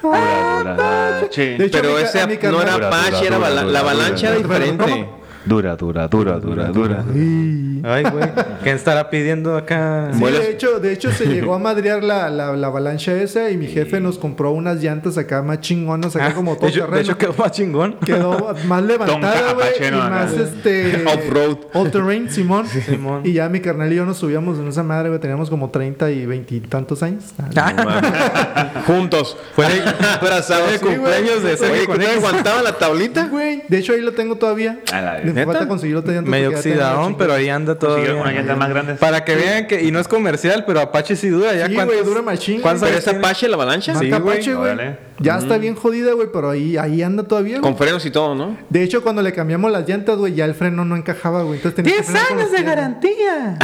Speaker 6: Dura, dura,
Speaker 5: De
Speaker 6: che.
Speaker 5: hecho, a
Speaker 4: pero
Speaker 5: mi ca-
Speaker 4: ese
Speaker 5: a mi
Speaker 4: no
Speaker 5: carnal-
Speaker 4: era
Speaker 6: Dura, dura,
Speaker 4: Apache, era
Speaker 6: dura,
Speaker 4: bala-
Speaker 6: dura,
Speaker 4: la avalancha era
Speaker 6: dura,
Speaker 5: dura.
Speaker 4: diferente.
Speaker 6: dura, dura, dura, dura, dura.
Speaker 5: Sí.
Speaker 1: Ay, güey. ¿Quién estará pidiendo acá?
Speaker 5: Sí,
Speaker 4: Vuelas-
Speaker 5: de hecho, de hecho se llegó a madrear la, la, la avalancha esa y mi jefe nos compró unas llantas acá más chingonas, acá
Speaker 1: Ah,
Speaker 5: como todo
Speaker 1: de, hecho, de
Speaker 5: terreno.
Speaker 1: hecho quedó más chingón.
Speaker 5: Quedó más levantada,
Speaker 6: Tonka
Speaker 5: güey, y
Speaker 6: Apache, no,
Speaker 5: más
Speaker 6: no.
Speaker 5: este...
Speaker 4: Off-road.
Speaker 5: All-terrain, Simón.
Speaker 1: Simón.
Speaker 5: Y ya mi carnal y yo nos subíamos en esa madre, güey, teníamos como 30 y 20 y tantos años. Ah,
Speaker 4: Juntos. Fue abrazado
Speaker 1: el cumpleaños de Sergio
Speaker 4: Oye, ¿tú
Speaker 1: Conex.
Speaker 4: aguantaba la tablita?
Speaker 5: güey. De hecho, ahí lo tengo todavía.
Speaker 6: A la
Speaker 5: Me
Speaker 4: ¿Neta?
Speaker 5: falta conseguir otra llanta.
Speaker 1: Medio
Speaker 5: porque ya tenía
Speaker 1: oxidadón,
Speaker 5: chingón.
Speaker 1: pero ahí anda todo.
Speaker 6: Consiguieron una llanta más grande.
Speaker 1: Para que vean que, y no es comercial, pero Apache sí dura. Ya
Speaker 5: Sí,
Speaker 1: cuántos-
Speaker 5: güey, dura machín,
Speaker 1: ¿cuántos
Speaker 4: ¿Pero
Speaker 1: años
Speaker 4: es Apache la avalancha?
Speaker 1: Sí.
Speaker 5: Marca
Speaker 1: güey.
Speaker 5: Apache, güey.
Speaker 6: Órale.
Speaker 5: Ya está bien jodida, güey, pero ahí, ahí anda todavía, güey.
Speaker 4: Con frenos y todo, ¿no?
Speaker 5: De hecho, cuando le cambiamos las llantas, güey, ya el freno no encajaba, güey. Entonces tenía que
Speaker 1: tiene?
Speaker 5: frenar con las piernas.
Speaker 1: garantía!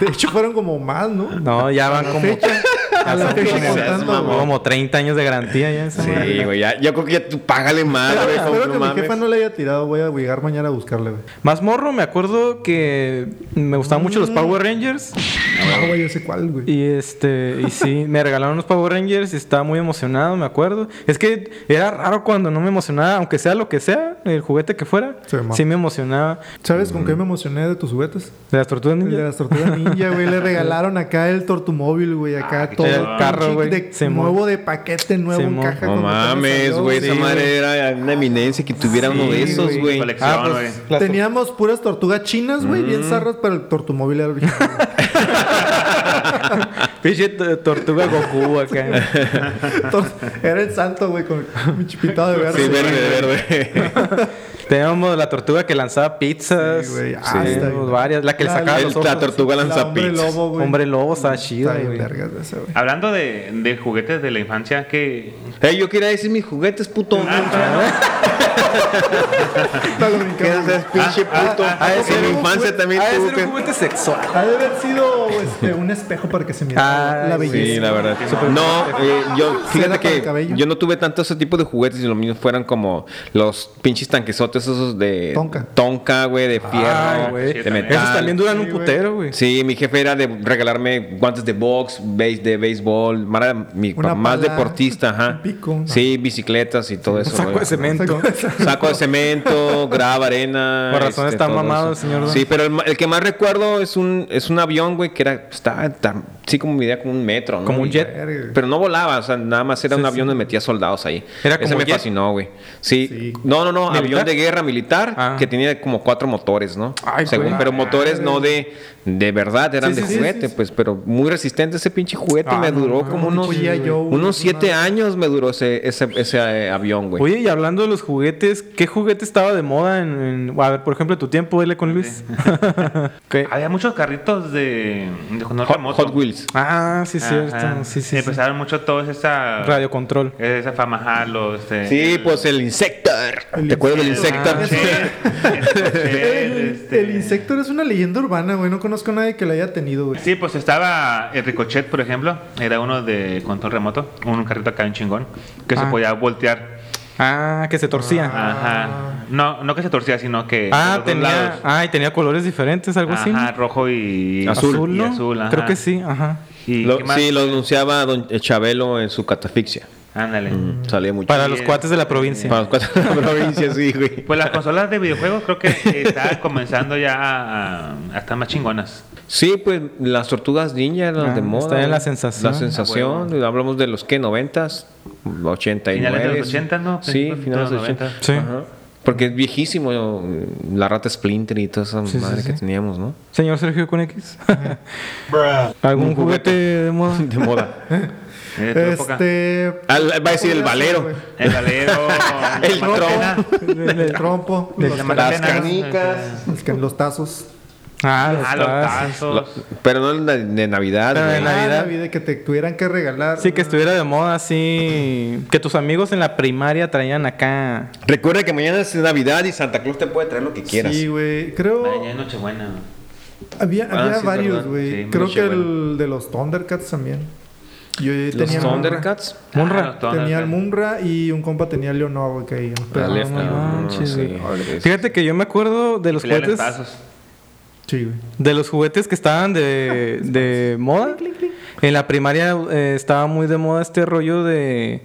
Speaker 5: De hecho, fueron como más, ¿no?
Speaker 1: No, ya van
Speaker 5: la
Speaker 1: como.
Speaker 5: fecha. A la
Speaker 1: son
Speaker 5: fecha
Speaker 1: como-
Speaker 5: contando,
Speaker 1: como
Speaker 5: güey.
Speaker 1: como 30 años de garantía ya esa madre.
Speaker 4: Sí, güey, ya, yo creo que ya tú págale más, güey.
Speaker 5: Espero
Speaker 4: como
Speaker 5: que
Speaker 4: no
Speaker 5: mi jefa
Speaker 4: mames.
Speaker 5: no le haya tirado. Voy a llegar mañana a buscarle, güey.
Speaker 1: Más morro, me acuerdo que me gustaban mucho los Power Rangers.
Speaker 5: Ah, güey, yo sé cuál, güey.
Speaker 1: Y este, y sí, me regalaron unos Power Rangers y estaba muy emocionado, me acuerdo. Es que era raro cuando no me emocionaba, aunque sea lo que sea, el juguete que fuera,
Speaker 5: Sí,
Speaker 1: sí,
Speaker 5: ma.
Speaker 1: me emocionaba.
Speaker 5: ¿Sabes con qué me emocioné de tus juguetes?
Speaker 1: De las tortugas
Speaker 5: El de
Speaker 1: ninja.
Speaker 5: las tortugas ninja, güey. Le regalaron acá el tortumóvil, güey. Acá
Speaker 4: Ah,
Speaker 6: qué
Speaker 5: todo
Speaker 1: chido.
Speaker 5: pinche
Speaker 1: El carro, güey.
Speaker 5: de-
Speaker 1: Simón.
Speaker 5: nuevo de paquete, nuevo en
Speaker 1: Simón.
Speaker 5: caja.
Speaker 4: No
Speaker 5: cuando apenas
Speaker 4: mames,
Speaker 5: salió,
Speaker 4: güey. Esa
Speaker 5: Sí,
Speaker 4: madre era una eminencia que tuviera uno de esos,
Speaker 5: güey.
Speaker 4: güey.
Speaker 6: Colección,
Speaker 1: Ah,
Speaker 6: güey.
Speaker 1: pues, las
Speaker 5: Teníamos puras tortugas chinas, güey, bien
Speaker 4: Mm.
Speaker 5: zarras, pero el tortumóvil era original.
Speaker 1: tor- pinche t- tortuga Goku acá.
Speaker 5: Entonces, era el santo, güey, con mi chipitado de verde.
Speaker 4: Sí, verde, verde.
Speaker 1: Teníamos la tortuga que lanzaba pizzas.
Speaker 5: Sí, güey. Ah,
Speaker 1: Sí,
Speaker 5: está bien.
Speaker 1: varias. La que le
Speaker 5: La-
Speaker 1: sacaba
Speaker 5: el-
Speaker 1: los ojos.
Speaker 4: la tortuga lanza
Speaker 5: hombre
Speaker 4: pizzas.
Speaker 5: lobo, güey.
Speaker 1: Hombre lobo, estaba
Speaker 5: Está
Speaker 1: chido,
Speaker 5: bien
Speaker 1: güey.
Speaker 5: vergas ese, güey.
Speaker 6: Hablando de, de juguetes de la infancia, que.
Speaker 4: Ey, yo quería decir mis juguetes, puto.
Speaker 5: Ahorita lo
Speaker 4: ¿Qué
Speaker 5: brincamos.
Speaker 4: haces, pinche puto?
Speaker 1: ha de ser
Speaker 4: En mi
Speaker 1: un
Speaker 4: infancia también
Speaker 1: Ha de
Speaker 4: tuve
Speaker 1: ser
Speaker 4: que...
Speaker 1: Ah, un juguete sexual.
Speaker 5: Ha de haber sido este, un espejo para que se mirara
Speaker 1: Ah,
Speaker 5: la
Speaker 1: sí,
Speaker 5: belleza.
Speaker 4: Sí, la verdad. No, eh, yo,
Speaker 5: Cera
Speaker 4: fíjate
Speaker 5: para el
Speaker 4: que
Speaker 5: cabello.
Speaker 4: yo no tuve tanto ese tipo de juguetes y los míos fueran como los pinches tanquesotes esos de
Speaker 5: Tonka.
Speaker 4: tonka, güey, de fierro,
Speaker 1: Ay, Ah, güey.
Speaker 4: de
Speaker 6: también.
Speaker 4: metal.
Speaker 1: Esos también duran un putero, güey.
Speaker 4: Sí, mi jefe era de regalarme guantes de box, base de béisbol, ma- era mi
Speaker 5: Una
Speaker 4: pa- más
Speaker 5: pala,
Speaker 4: deportista, ajá.
Speaker 5: un pico.
Speaker 4: Sí, bicicletas y todo eso.
Speaker 1: Saco
Speaker 4: güey.
Speaker 1: de cemento.
Speaker 4: Saco de cemento, grava, arena. este,
Speaker 1: Por razón está
Speaker 4: todo
Speaker 1: mamado
Speaker 4: eso.
Speaker 1: el señor, ¿no?
Speaker 4: Sí, pero el, ma- el que más recuerdo es un, es un avión, güey, que era, estaba tan- sí como mi idea, como un metro, ¿no?
Speaker 1: Como un
Speaker 4: Y-
Speaker 1: jet.
Speaker 5: Verga.
Speaker 4: Pero no volaba, o sea, nada más era un avión donde metía soldados ahí.
Speaker 1: Era
Speaker 4: Ese
Speaker 1: como
Speaker 4: me
Speaker 1: jet.
Speaker 4: fascinó, güey. Sí.
Speaker 5: Sí.
Speaker 4: No, no, no,
Speaker 1: ¿Militar?
Speaker 4: avión de guerra militar
Speaker 1: Ah.
Speaker 4: que tenía como cuatro motores, ¿no?
Speaker 1: Ay,
Speaker 4: Según,
Speaker 1: güey.
Speaker 4: pero motores no de, de verdad, eran
Speaker 1: Sí, sí,
Speaker 4: de
Speaker 1: sí,
Speaker 4: juguete, pues, pero muy resistente ese pinche juguete.
Speaker 1: Ah,
Speaker 4: me
Speaker 1: no
Speaker 4: duró
Speaker 1: mames,
Speaker 4: como unos,
Speaker 5: tipo G.I. Joe,
Speaker 4: unos
Speaker 5: es una-
Speaker 4: siete años me duró ese, ese, ese eh, avión, güey.
Speaker 1: Oye, y hablando de los juguetes, ¿qué juguete estaba de moda en, en- a ver, por ejemplo, tu tiempo, dile con Luis? ¿Qué?
Speaker 6: Había muchos carritos de. de control
Speaker 4: Hot,
Speaker 6: remoto.
Speaker 4: Hot Wheels.
Speaker 1: Ah, sí,
Speaker 6: Ajá.
Speaker 1: cierto. Sí, sí,
Speaker 4: pues, ah,
Speaker 1: sí.
Speaker 6: Empezaron mucho todos esa.
Speaker 1: Radio control.
Speaker 6: Esa fama Halo. Este,
Speaker 4: Sí, pues el Insector. ¿Te acuerdas del Insector?
Speaker 6: Ah, sí.
Speaker 5: El,
Speaker 6: Este-
Speaker 5: el insecto es una leyenda urbana, güey. No conozco a nadie que la haya tenido, güey.
Speaker 6: Sí, pues estaba el Ricochet, por ejemplo. Era uno de control remoto. Un carrito acá en chingón. Que se
Speaker 1: Ah.
Speaker 6: podía voltear.
Speaker 1: Ah, que se torcía.
Speaker 6: Ajá. No, no que se torcía, sino que.
Speaker 1: Ah,
Speaker 6: de los dos
Speaker 1: tenía,
Speaker 6: lados.
Speaker 1: ah, y tenía colores diferentes, algo así. ¿no?
Speaker 6: Ajá, rojo y
Speaker 4: Azul.
Speaker 6: y
Speaker 1: ¿no?
Speaker 6: azul ajá.
Speaker 1: Creo que sí, ajá.
Speaker 6: ¿Y
Speaker 4: Lo-
Speaker 6: qué más?
Speaker 4: sí, lo anunciaba don Chabelo en su catafixia.
Speaker 6: Ándale.
Speaker 4: Mm, Salía mucho.
Speaker 1: Para
Speaker 6: Sí,
Speaker 1: los
Speaker 6: eh,
Speaker 1: cuates de la provincia.
Speaker 4: Para los cuatro de la provincia, sí, güey.
Speaker 6: Pues las consolas de videojuegos creo que están comenzando ya a, a estar más chingonas.
Speaker 4: Sí, pues las tortugas ninja eran
Speaker 1: Ah,
Speaker 4: las de moda.
Speaker 1: está en
Speaker 4: güey.
Speaker 1: la sensación.
Speaker 4: La sensación. Hablamos de los que, 90s, 89.
Speaker 6: Ah, Finales de los 80, ¿no?
Speaker 4: Sí,
Speaker 6: Principios de
Speaker 4: finales de
Speaker 6: los
Speaker 4: los 80.
Speaker 6: 90.
Speaker 1: Sí.
Speaker 4: Ajá. Porque es viejísimo eh, la rata Splinter y toda esa
Speaker 1: Sí, sí,
Speaker 4: madre que
Speaker 1: sí.
Speaker 4: teníamos, ¿no?
Speaker 1: Señor Sergio con X. ¿Algún
Speaker 4: Un
Speaker 1: juguete
Speaker 4: juguete.
Speaker 1: de moda?
Speaker 4: De moda.
Speaker 6: En esta época.
Speaker 5: Este.
Speaker 4: Al- va a decir el valero.
Speaker 6: El galero.
Speaker 4: El
Speaker 6: la
Speaker 4: patrón.
Speaker 6: macena,
Speaker 5: El trompo. Los, ca-
Speaker 6: la macena,
Speaker 4: canicas.
Speaker 5: los ca- los tazos.
Speaker 1: Ah, los
Speaker 6: Ah, los
Speaker 1: tazos.
Speaker 6: tazos.
Speaker 4: Lo- pero no de, de Navidad,
Speaker 1: Pero de
Speaker 4: güey.
Speaker 5: Ah,
Speaker 1: Navidad.
Speaker 5: Navidad, que te tuvieran que regalar.
Speaker 1: Sí, que estuviera de moda así. Que tus amigos en la primaria traían acá.
Speaker 4: Recuerda que mañana es Navidad y Santa Claus te puede traer lo que quieras.
Speaker 5: Sí, güey. Creo.
Speaker 6: Mañana Ah, es Nochebuena.
Speaker 5: Había,
Speaker 4: Ah,
Speaker 5: había
Speaker 4: sí,
Speaker 5: varios,
Speaker 4: perdón.
Speaker 5: güey.
Speaker 6: Sí,
Speaker 5: Creo
Speaker 6: mucho,
Speaker 5: que el
Speaker 6: bueno.
Speaker 5: de los Thundercats también. Yo
Speaker 4: Los
Speaker 5: tenía
Speaker 4: Thundercats.
Speaker 1: Munra.
Speaker 6: Ah, los
Speaker 5: Munra.
Speaker 6: Thundercats.
Speaker 5: Tenía el Munra y un compa tenía el Leonor, güey, que ahí. Pero-
Speaker 4: Dale,
Speaker 1: no
Speaker 4: ah,
Speaker 1: manches,
Speaker 4: sí,
Speaker 1: güey.
Speaker 4: joder,
Speaker 1: Fíjate que yo me acuerdo de los
Speaker 6: Pelear en
Speaker 1: juguetes.
Speaker 6: tazos.
Speaker 5: Sí, güey.
Speaker 1: De los juguetes que estaban de, de moda. En la primaria eh, estaba muy de moda este rollo de,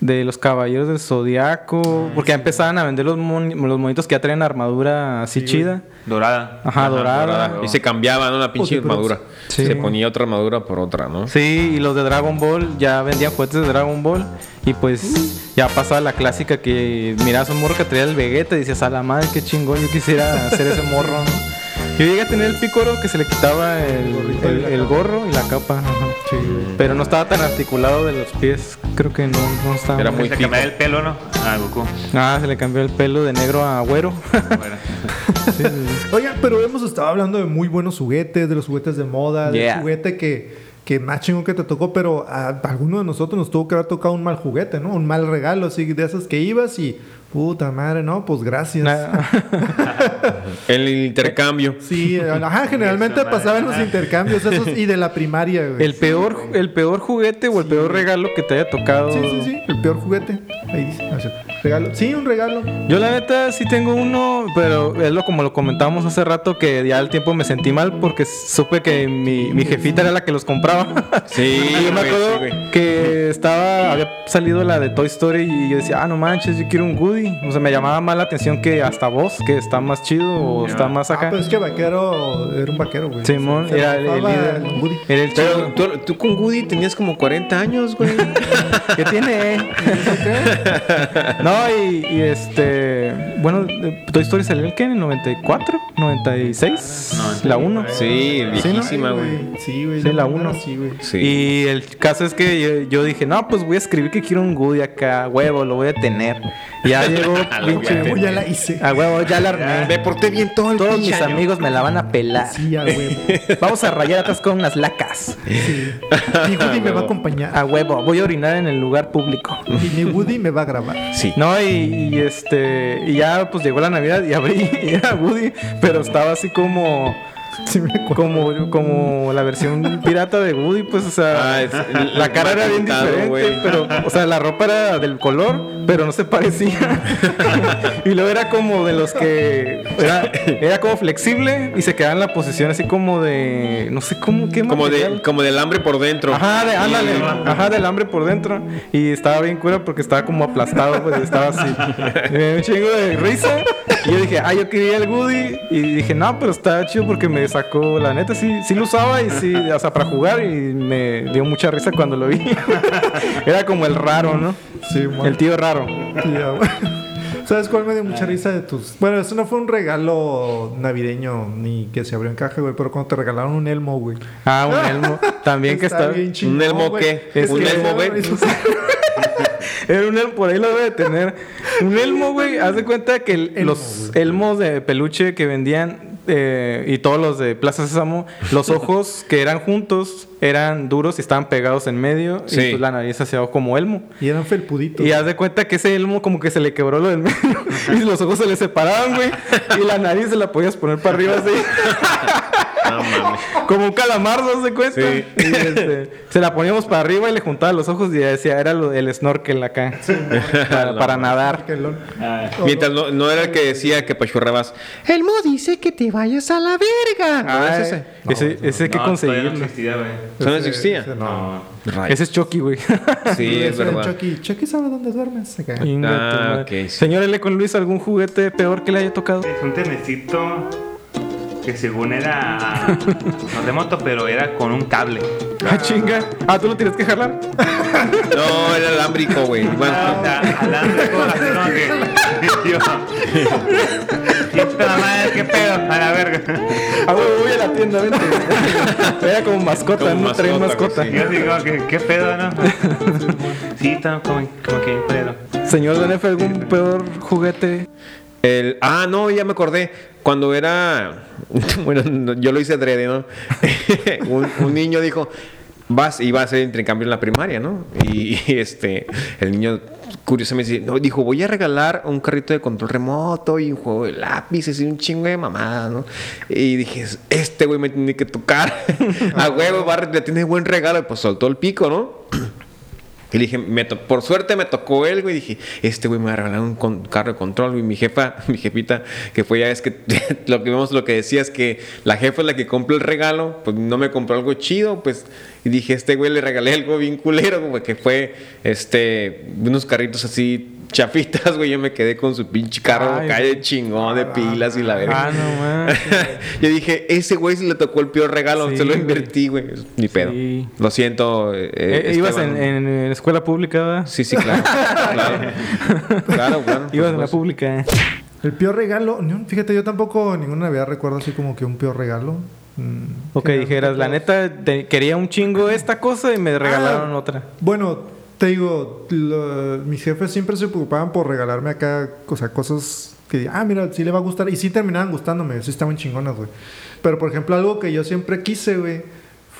Speaker 1: de los caballeros del zodiaco. Porque ya empezaban a vender los, mon- los monitos que ya traen armadura así chida.
Speaker 6: Dorada.
Speaker 1: Ajá, dorada.
Speaker 4: Dorada. Y se cambiaba, ¿no? La pinche
Speaker 5: Oye, pero-
Speaker 4: armadura.
Speaker 1: Sí.
Speaker 4: Se ponía otra armadura por otra, ¿no?
Speaker 1: Sí, y los de Dragon Ball ya vendían juguetes de Dragon Ball. Y pues ya pasaba la clásica que mirabas a un morro que traía el Vegeta y decías, a la madre, qué chingón, yo quisiera hacer ese morro. ¿no? Yo llegué a tener el pícoro que se le quitaba el,
Speaker 5: gorrito y
Speaker 1: el-
Speaker 5: la
Speaker 1: el
Speaker 5: capa.
Speaker 1: gorro y la capa. ajá.
Speaker 5: Sí, güey.
Speaker 1: Pero no estaba tan articulado de los pies. Creo que no, no estaba.
Speaker 4: Era muy
Speaker 6: Se cambiaba el pelo, ¿no? Ah, Goku.
Speaker 1: Ah, se le cambió el pelo de negro a güero.
Speaker 6: Bueno.
Speaker 5: Oigan, pero hemos estado hablando de muy buenos juguetes, de los juguetes de moda,
Speaker 4: Yeah.
Speaker 5: del juguete que, que más chingón que te tocó, pero a alguno de nosotros nos tuvo que haber tocado un mal juguete, ¿no? Un mal regalo, así de esas que ibas y puta madre, no, pues gracias.
Speaker 1: Nada.
Speaker 4: El intercambio.
Speaker 5: Sí, eh, ajá, generalmente
Speaker 6: Esa madre.
Speaker 5: pasaban los intercambios esos y de la primaria, güey.
Speaker 1: el peor, el peor juguete o el peor regalo que te haya tocado.
Speaker 5: Sí, sí, sí, el peor juguete. Ahí dice, no, es cierto. regalo. Sí, un regalo.
Speaker 1: Yo la neta sí tengo uno, pero es lo como lo comentábamos hace rato que ya al tiempo me sentí mal porque supe que mi, mi jefita era la que los compraba.
Speaker 4: Sí,
Speaker 1: Y yo me
Speaker 4: güey,
Speaker 1: acuerdo
Speaker 4: sí, güey.
Speaker 1: que estaba, había salido la de Toy Story y yo decía, ah, no manches, yo quiero un Woody. O sea, me llamaba más la atención que hasta vos, que está más chido o está más
Speaker 5: Ah,
Speaker 1: acá.
Speaker 5: pero es que vaquero era un vaquero, güey.
Speaker 1: Simón
Speaker 5: Se- se
Speaker 1: era el, el
Speaker 5: rifaba
Speaker 1: líder.
Speaker 5: el Woody.
Speaker 1: Era el
Speaker 4: Pero
Speaker 1: chido.
Speaker 4: tú, tú con Woody tenías como 40 años, güey.
Speaker 1: ¿Qué tiene? ¿eh? no, y, y este. Bueno, eh, Toy Story salió el que en el 94, 96, la 1.
Speaker 4: sí,
Speaker 5: Sí,
Speaker 4: viejísima, güey.
Speaker 5: güey. Sí, güey.
Speaker 1: Sí, la
Speaker 5: primera
Speaker 1: uno.
Speaker 5: Sí, güey.
Speaker 4: Sí.
Speaker 1: Y el caso es que yo, yo dije, no, pues voy a escribir que quiero un Goody acá, huevo, lo voy a tener. Y ya llegó,
Speaker 4: Lo
Speaker 1: pinche.
Speaker 4: voy
Speaker 5: Uy, ya la hice.
Speaker 1: A huevo, ya la armé.
Speaker 4: me porté bien todo el
Speaker 1: Todos
Speaker 4: pinche
Speaker 1: mis
Speaker 4: año.
Speaker 1: amigos me la van a pelar.
Speaker 5: Sí, a huevo.
Speaker 1: Vamos a rayar atrás con unas lacas.
Speaker 5: Y Woody me va a acompañar.
Speaker 1: A huevo, voy a orinar en el lugar público.
Speaker 5: Y mi Woody me va a grabar.
Speaker 4: Sí.
Speaker 1: No, y, y, este, y ya pues llegó la Navidad y abrí y era Woody, pero estaba así como,
Speaker 5: Sí, me acuerdo.
Speaker 1: como, como la versión pirata de Woody, pues, o sea,
Speaker 4: Ah, es-
Speaker 1: la cara era bien
Speaker 4: pintado,
Speaker 1: diferente,
Speaker 4: güey.
Speaker 1: pero, o sea, la ropa era del color, pero no se parecía. y luego era como de los que, era, era como flexible y se quedaba en la posición así como de, no sé cómo, qué
Speaker 4: Como, de,
Speaker 1: material.
Speaker 4: como del hambre por dentro.
Speaker 1: Ajá, de, ándale,
Speaker 4: Y-
Speaker 1: ajá, del hambre por dentro. Y estaba bien cura porque estaba como aplastado, pues estaba así. Y me dio un chingo de risa. Y yo dije, ah, yo quería el Woody. Y dije, no, pero está chido porque me sacó, la neta, sí, sí lo usaba y sí, o sea, para jugar. Y me dio mucha risa cuando lo vi. Era como el raro, ¿no?
Speaker 5: Sí, mo-
Speaker 1: El tío raro.
Speaker 5: Sí, a huevo. ¿Sabes cuál me dio mucha risa de tus.? Bueno, eso no fue un regalo navideño ni que se abrió en caja, güey, pero cuando te regalaron un elmo, güey.
Speaker 1: Ah, un elmo. También que está.
Speaker 5: bien chingón,
Speaker 4: ¿Un elmo
Speaker 5: güey.
Speaker 4: qué?
Speaker 5: Es
Speaker 4: ¿Un
Speaker 5: que-
Speaker 4: elmo B?
Speaker 1: Era un elmo, por ahí lo debe de tener. Un elmo, güey. Haz de cuenta que el- los elmos de peluche que vendían eh, y todos los de Plaza Sésamo, los ojos que eran juntos eran duros y estaban pegados en medio
Speaker 4: Sí.
Speaker 1: y pues, la nariz hacía como elmo.
Speaker 5: Y eran felpuditos.
Speaker 1: Y haz de cuenta que ese elmo como que se le quebró lo del medio y los ojos se le separaban, güey. Y la nariz se la podías poner para arriba así. Como un calamar, ¿no se cuenta?
Speaker 4: Sí.
Speaker 1: Y, este, se la poníamos para arriba y le juntaba los ojos y ya decía, era lo, el snorkel acá. para, para nadar.
Speaker 5: Que lo-
Speaker 1: Ah,
Speaker 4: Mientras no, no era el que decía que pachurrabas. El Mo dice que te vayas a la verga. No,
Speaker 1: Ah,
Speaker 4: es
Speaker 1: ese,
Speaker 4: ese.
Speaker 1: ese, ese hay que
Speaker 6: No, todavía no
Speaker 1: conseguirlo.
Speaker 6: existía, güey.
Speaker 4: ¿Eso no
Speaker 5: ese-
Speaker 4: existía?
Speaker 5: ese No.
Speaker 4: Rayos.
Speaker 1: Ese es Chucky, güey.
Speaker 4: Sí, es
Speaker 5: Ese era
Speaker 4: verdad.
Speaker 5: Chucky. Chucky sabe dónde duermes. Se cae.
Speaker 1: Inga tu
Speaker 4: Ah,
Speaker 1: madre.
Speaker 4: ok, sí.
Speaker 1: Señor L. con Luis, ¿algún juguete peor que le haya tocado?
Speaker 6: Es un tenecito que según era no remoto, pero era con un cable.
Speaker 1: Ah, chinga. Ah, ¿tú lo tienes que jalar?
Speaker 4: No, era alámbrico, güey.
Speaker 6: O
Speaker 5: Ah,
Speaker 1: Ah,
Speaker 4: Bueno,
Speaker 6: sea, alámbrico, así como que- Yo. Y esta madre, qué pedo, a la verga.
Speaker 1: Ah, güey, voy a la tienda, vente. Era como mascota,
Speaker 4: Como
Speaker 1: no traía
Speaker 4: mascota,
Speaker 1: mascota.
Speaker 4: güey,
Speaker 6: Yo digo que qué pedo, ¿no? Sí, estaba como, como que pedo.
Speaker 1: Señor DNF, ¿algún peor juguete?
Speaker 4: El, ah, no, ya me acordé. Cuando era. Bueno, no, yo lo hice adrede, ¿no? un, un niño dijo. Vas, iba a hacer intercambio en la primaria, ¿no? Y, y, este, el niño curiosamente dice, no, dijo, voy a regalar un carrito de control remoto y un juego de lápices y un chingo de mamadas, ¿no? Y dije, este güey me tiene que tocar. a huevo, va, le tienes buen regalo. Y pues soltó el pico, ¿no? Y le dije, me to- por suerte me tocó él, güey. Dije, este güey me va a regalar un con- carro de control, güey. Mi jefa, mi jefita, que fue ya, es que lo que vemos, lo que decía es que la jefa es la que compra el regalo, pues no me compró algo chido, pues. Y dije, este güey le regalé algo bien culero, güey, que fue, este, unos carritos así chafitas, güey. Yo me quedé con su pinche carro,
Speaker 1: Ay,
Speaker 4: calle
Speaker 1: güey.
Speaker 4: chingón de pilas y la verga.
Speaker 1: Ah, no mames.
Speaker 4: Yo dije, ese güey se le tocó el peor regalo,
Speaker 1: Sí,
Speaker 4: se lo
Speaker 1: güey.
Speaker 4: invertí, güey. Ni pedo.
Speaker 1: Sí.
Speaker 4: Lo siento. eh,
Speaker 1: Eh, ibas en, en
Speaker 4: Esteban.
Speaker 1: escuela pública, ¿verdad?
Speaker 4: Sí, sí, claro. claro, claro. claro,
Speaker 1: Ibas en la
Speaker 4: pues,
Speaker 1: pública. eh.
Speaker 5: El peor regalo, no, fíjate, yo tampoco en ninguna Navidad recuerdo así como que un peor regalo. Mm,
Speaker 1: O que dijeras, la neta, te- quería un chingo esta cosa y me regalaron
Speaker 5: Ah.
Speaker 1: otra.
Speaker 5: Bueno, te digo, lo- mis jefes siempre se preocupaban por regalarme acá, o sea, cosas que, ah, mira, sí le va a gustar. Y sí terminaban gustándome, sí estaban chingonas, güey. Pero, por ejemplo, algo que yo siempre quise, güey,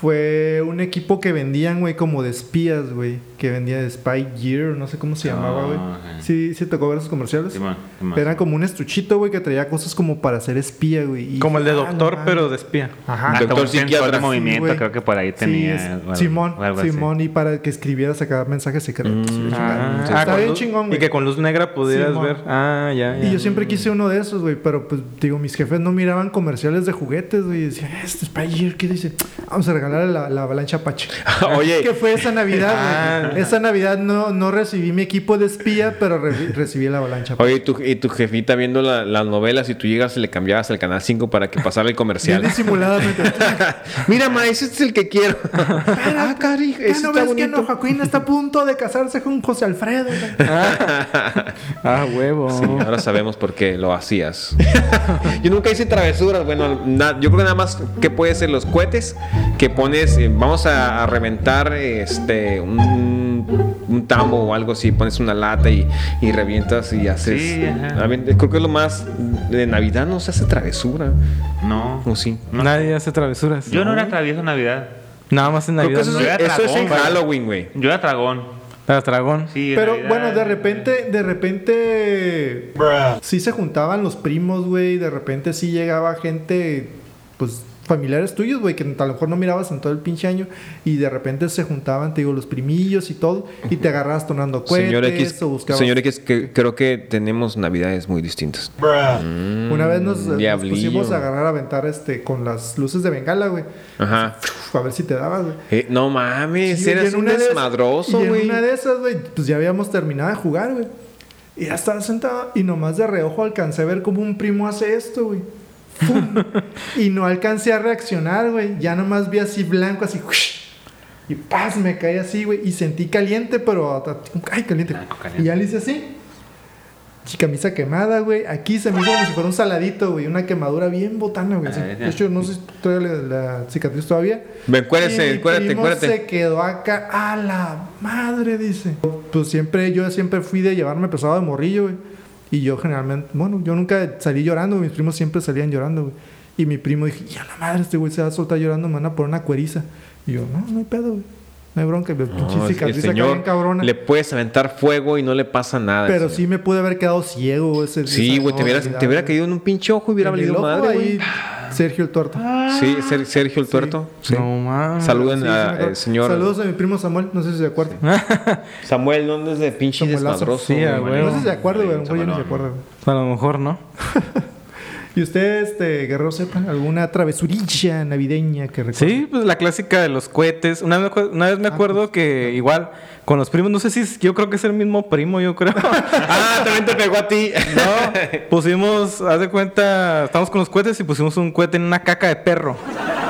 Speaker 5: fue un equipo que vendían, güey, como de espías, güey. Que vendía de Spy Gear, no sé cómo se
Speaker 6: Ah,
Speaker 5: llamaba, güey.
Speaker 6: ajá.
Speaker 5: Sí, sí tocó ver esos comerciales.
Speaker 6: Simón, Simón.
Speaker 5: Era como un estuchito, güey, que traía cosas como para ser espía, güey. y-
Speaker 1: Como el de
Speaker 5: Ah, no
Speaker 1: doctor,
Speaker 5: mames.
Speaker 1: pero de espía.
Speaker 5: Ajá.
Speaker 6: Hasta
Speaker 4: Doctor
Speaker 6: un sensor
Speaker 4: psiquiatra.
Speaker 6: de
Speaker 4: Sí,
Speaker 6: movimiento,
Speaker 5: güey.
Speaker 6: creo que por ahí
Speaker 5: Sí,
Speaker 6: tenía.
Speaker 5: es-
Speaker 6: o algo-
Speaker 5: Simón,
Speaker 6: o algo así. Mm,
Speaker 5: Simón, y para que escribieras acá mensajes secretos. y la chingada.
Speaker 1: Ah,
Speaker 5: Está
Speaker 1: ah, con
Speaker 5: bien
Speaker 1: luz-
Speaker 5: chingón,
Speaker 1: Y
Speaker 5: güey.
Speaker 1: que con luz negra pudieras
Speaker 5: Simón.
Speaker 1: ver. Ah, ya. ya.
Speaker 5: Y yo siempre quise uno de esos, güey, pero pues digo, mis jefes no miraban comerciales de juguetes, güey, y decían, este es para ir, ¿qué dice? Vamos a regalar la, la avalancha Apache.
Speaker 4: Oye.
Speaker 5: ¿Qué fue esa Navidad,
Speaker 1: Ah.
Speaker 5: güey? Esa Navidad no, no recibí mi equipo de espía, pero re- recibí la avalancha Apache.
Speaker 4: Oye, y tu, y tu jefita viendo la- las novelas y tú llegas y le cambiabas el canal 5 para que pasara el
Speaker 5: Bien
Speaker 4: comercial.
Speaker 5: disimuladamente.
Speaker 4: Mira, ma, ese es el que quiero. ah, carijo,
Speaker 5: ¿Ya
Speaker 4: ese
Speaker 5: no
Speaker 4: está
Speaker 5: ves que
Speaker 4: bonito.
Speaker 5: no, Joaquín está a punto de casarse con José Alfredo? güey?
Speaker 1: Ah, huevo.
Speaker 4: Sí, ahora sabemos por qué lo hacías. Oh. yo nunca hice travesuras. Bueno, na- yo creo que nada más que puede ser los cohetes que pones. eh, vamos a, a reventar este un, un tambo o algo así. Pones una lata y, y revientas y haces.
Speaker 6: Sí, ajá.
Speaker 4: A ver, creo que es lo más. De Navidad no se hace travesura.
Speaker 6: No.
Speaker 4: ¿O sí?
Speaker 6: No.
Speaker 1: Nadie hace travesuras.
Speaker 6: Yo no era travieso en Navidad.
Speaker 1: Nada más en
Speaker 4: Creo que
Speaker 1: Navidad.
Speaker 4: eso,
Speaker 1: ¿no?
Speaker 4: es,
Speaker 6: Era
Speaker 4: eso es en
Speaker 6: dragón,
Speaker 4: Halloween, güey.
Speaker 6: Yo era tragón.
Speaker 1: Las dragón.
Speaker 6: Sí, en
Speaker 5: Pero
Speaker 6: Navidad-
Speaker 5: bueno, de repente, de repente, sí se juntaban los primos, güey, de repente sí llegaba gente, pues familiares tuyos, güey, que a lo mejor no mirabas en todo el pinche año y de repente se juntaban, te digo, los primillos y todo y te agarrabas tonando cohetes
Speaker 4: Señor X,
Speaker 5: o buscabas.
Speaker 4: señor X, que- creo que tenemos navidades muy distintas.
Speaker 5: Una vez nos, nos
Speaker 4: mm, diablillo.
Speaker 5: pusimos a agarrar a aventar este con las luces de bengala, güey.
Speaker 4: Ajá.
Speaker 5: Uf, A ver si te dabas, güey.
Speaker 4: Eh, no mames,
Speaker 5: Sí, güey, y
Speaker 4: eras
Speaker 5: en
Speaker 4: un
Speaker 5: una de esas-
Speaker 4: desmadroso,
Speaker 5: y en
Speaker 4: güey.
Speaker 5: una de esas, güey, pues ya habíamos terminado de jugar, güey. Y ya estaba sentado y nomás de reojo alcancé a ver cómo un primo hace esto, güey. ¡Fum! y no alcancé a reaccionar, güey. Ya nomás vi así blanco, así. Y paz, me caí así, güey. Y sentí caliente, pero. hasta- Ay, caliente.
Speaker 6: Blanco, caliente.
Speaker 5: Y ya le hice así. Y Camisa quemada, güey. Aquí se me hizo como si fuera un saladito, güey. Una quemadura bien botana, güey. así.
Speaker 6: Ah, ya.
Speaker 5: De hecho, no sé si todavía la, la cicatriz todavía.
Speaker 4: Ven, cuérese,
Speaker 5: Y mi
Speaker 4: cuérate,
Speaker 5: primo
Speaker 4: cuérate.
Speaker 5: Se quedó acá a la madre, dice. Pues siempre, yo siempre fui de llevarme pesado de morrillo, güey. Y yo generalmente, bueno, yo nunca salí llorando, güey. mis primos siempre salían llorando, güey. Y mi primo dije, ya la madre, este güey se va a soltar llorando, me van a poner una cueriza. Y yo, no, no hay pedo, güey. No hay bronca, la
Speaker 4: No,
Speaker 5: pinche
Speaker 4: el
Speaker 5: cicatriz acá
Speaker 4: señor
Speaker 5: bien cabrona.
Speaker 4: Le puedes aventar fuego y no le pasa nada.
Speaker 5: Pero
Speaker 4: señor.
Speaker 5: sí me pude haber quedado ciego, güey. ese-
Speaker 4: Sí,
Speaker 5: esa
Speaker 4: güey, te, hubieras-
Speaker 5: novedad,
Speaker 4: te hubiera
Speaker 5: güey.
Speaker 4: caído en un pinche ojo y hubiera
Speaker 5: En el
Speaker 4: valido
Speaker 5: ojo
Speaker 4: madre, Ah, güey.
Speaker 5: ahí, Sergio el tuerto.
Speaker 4: Sí, Ser- Sergio el Tuerto. sí.
Speaker 1: No mames.
Speaker 4: Saluden
Speaker 5: Sí, sí me
Speaker 4: al
Speaker 5: acuerdo.
Speaker 4: ah, eh, señor
Speaker 5: Saludos a mi primo Samuel, no sé si se acuerda.
Speaker 4: Samuel, no es de pinche
Speaker 5: Samuelazo.
Speaker 4: desmadroso.
Speaker 1: Sí, a
Speaker 4: güey.
Speaker 1: huevo.
Speaker 5: No sé si se acuerda, güey. A lo mejor ya no se
Speaker 6: Chavalón.
Speaker 5: acuerda, güey.
Speaker 1: A lo mejor no.
Speaker 5: ¿Y usted, este, Guerrero Sepa, alguna travesurilla navideña que recuerde?
Speaker 1: Sí, pues la clásica de los cohetes. Una vez, me acu- una vez
Speaker 5: Ah,
Speaker 1: me acuerdo
Speaker 5: pues,
Speaker 1: que igual con los primos, no sé si es- yo creo que es el mismo primo, yo creo.
Speaker 4: Ah, también te pegó a ti.
Speaker 1: No, pusimos, haz de cuenta, estamos con los cohetes y pusimos un cohete en una caca de perro.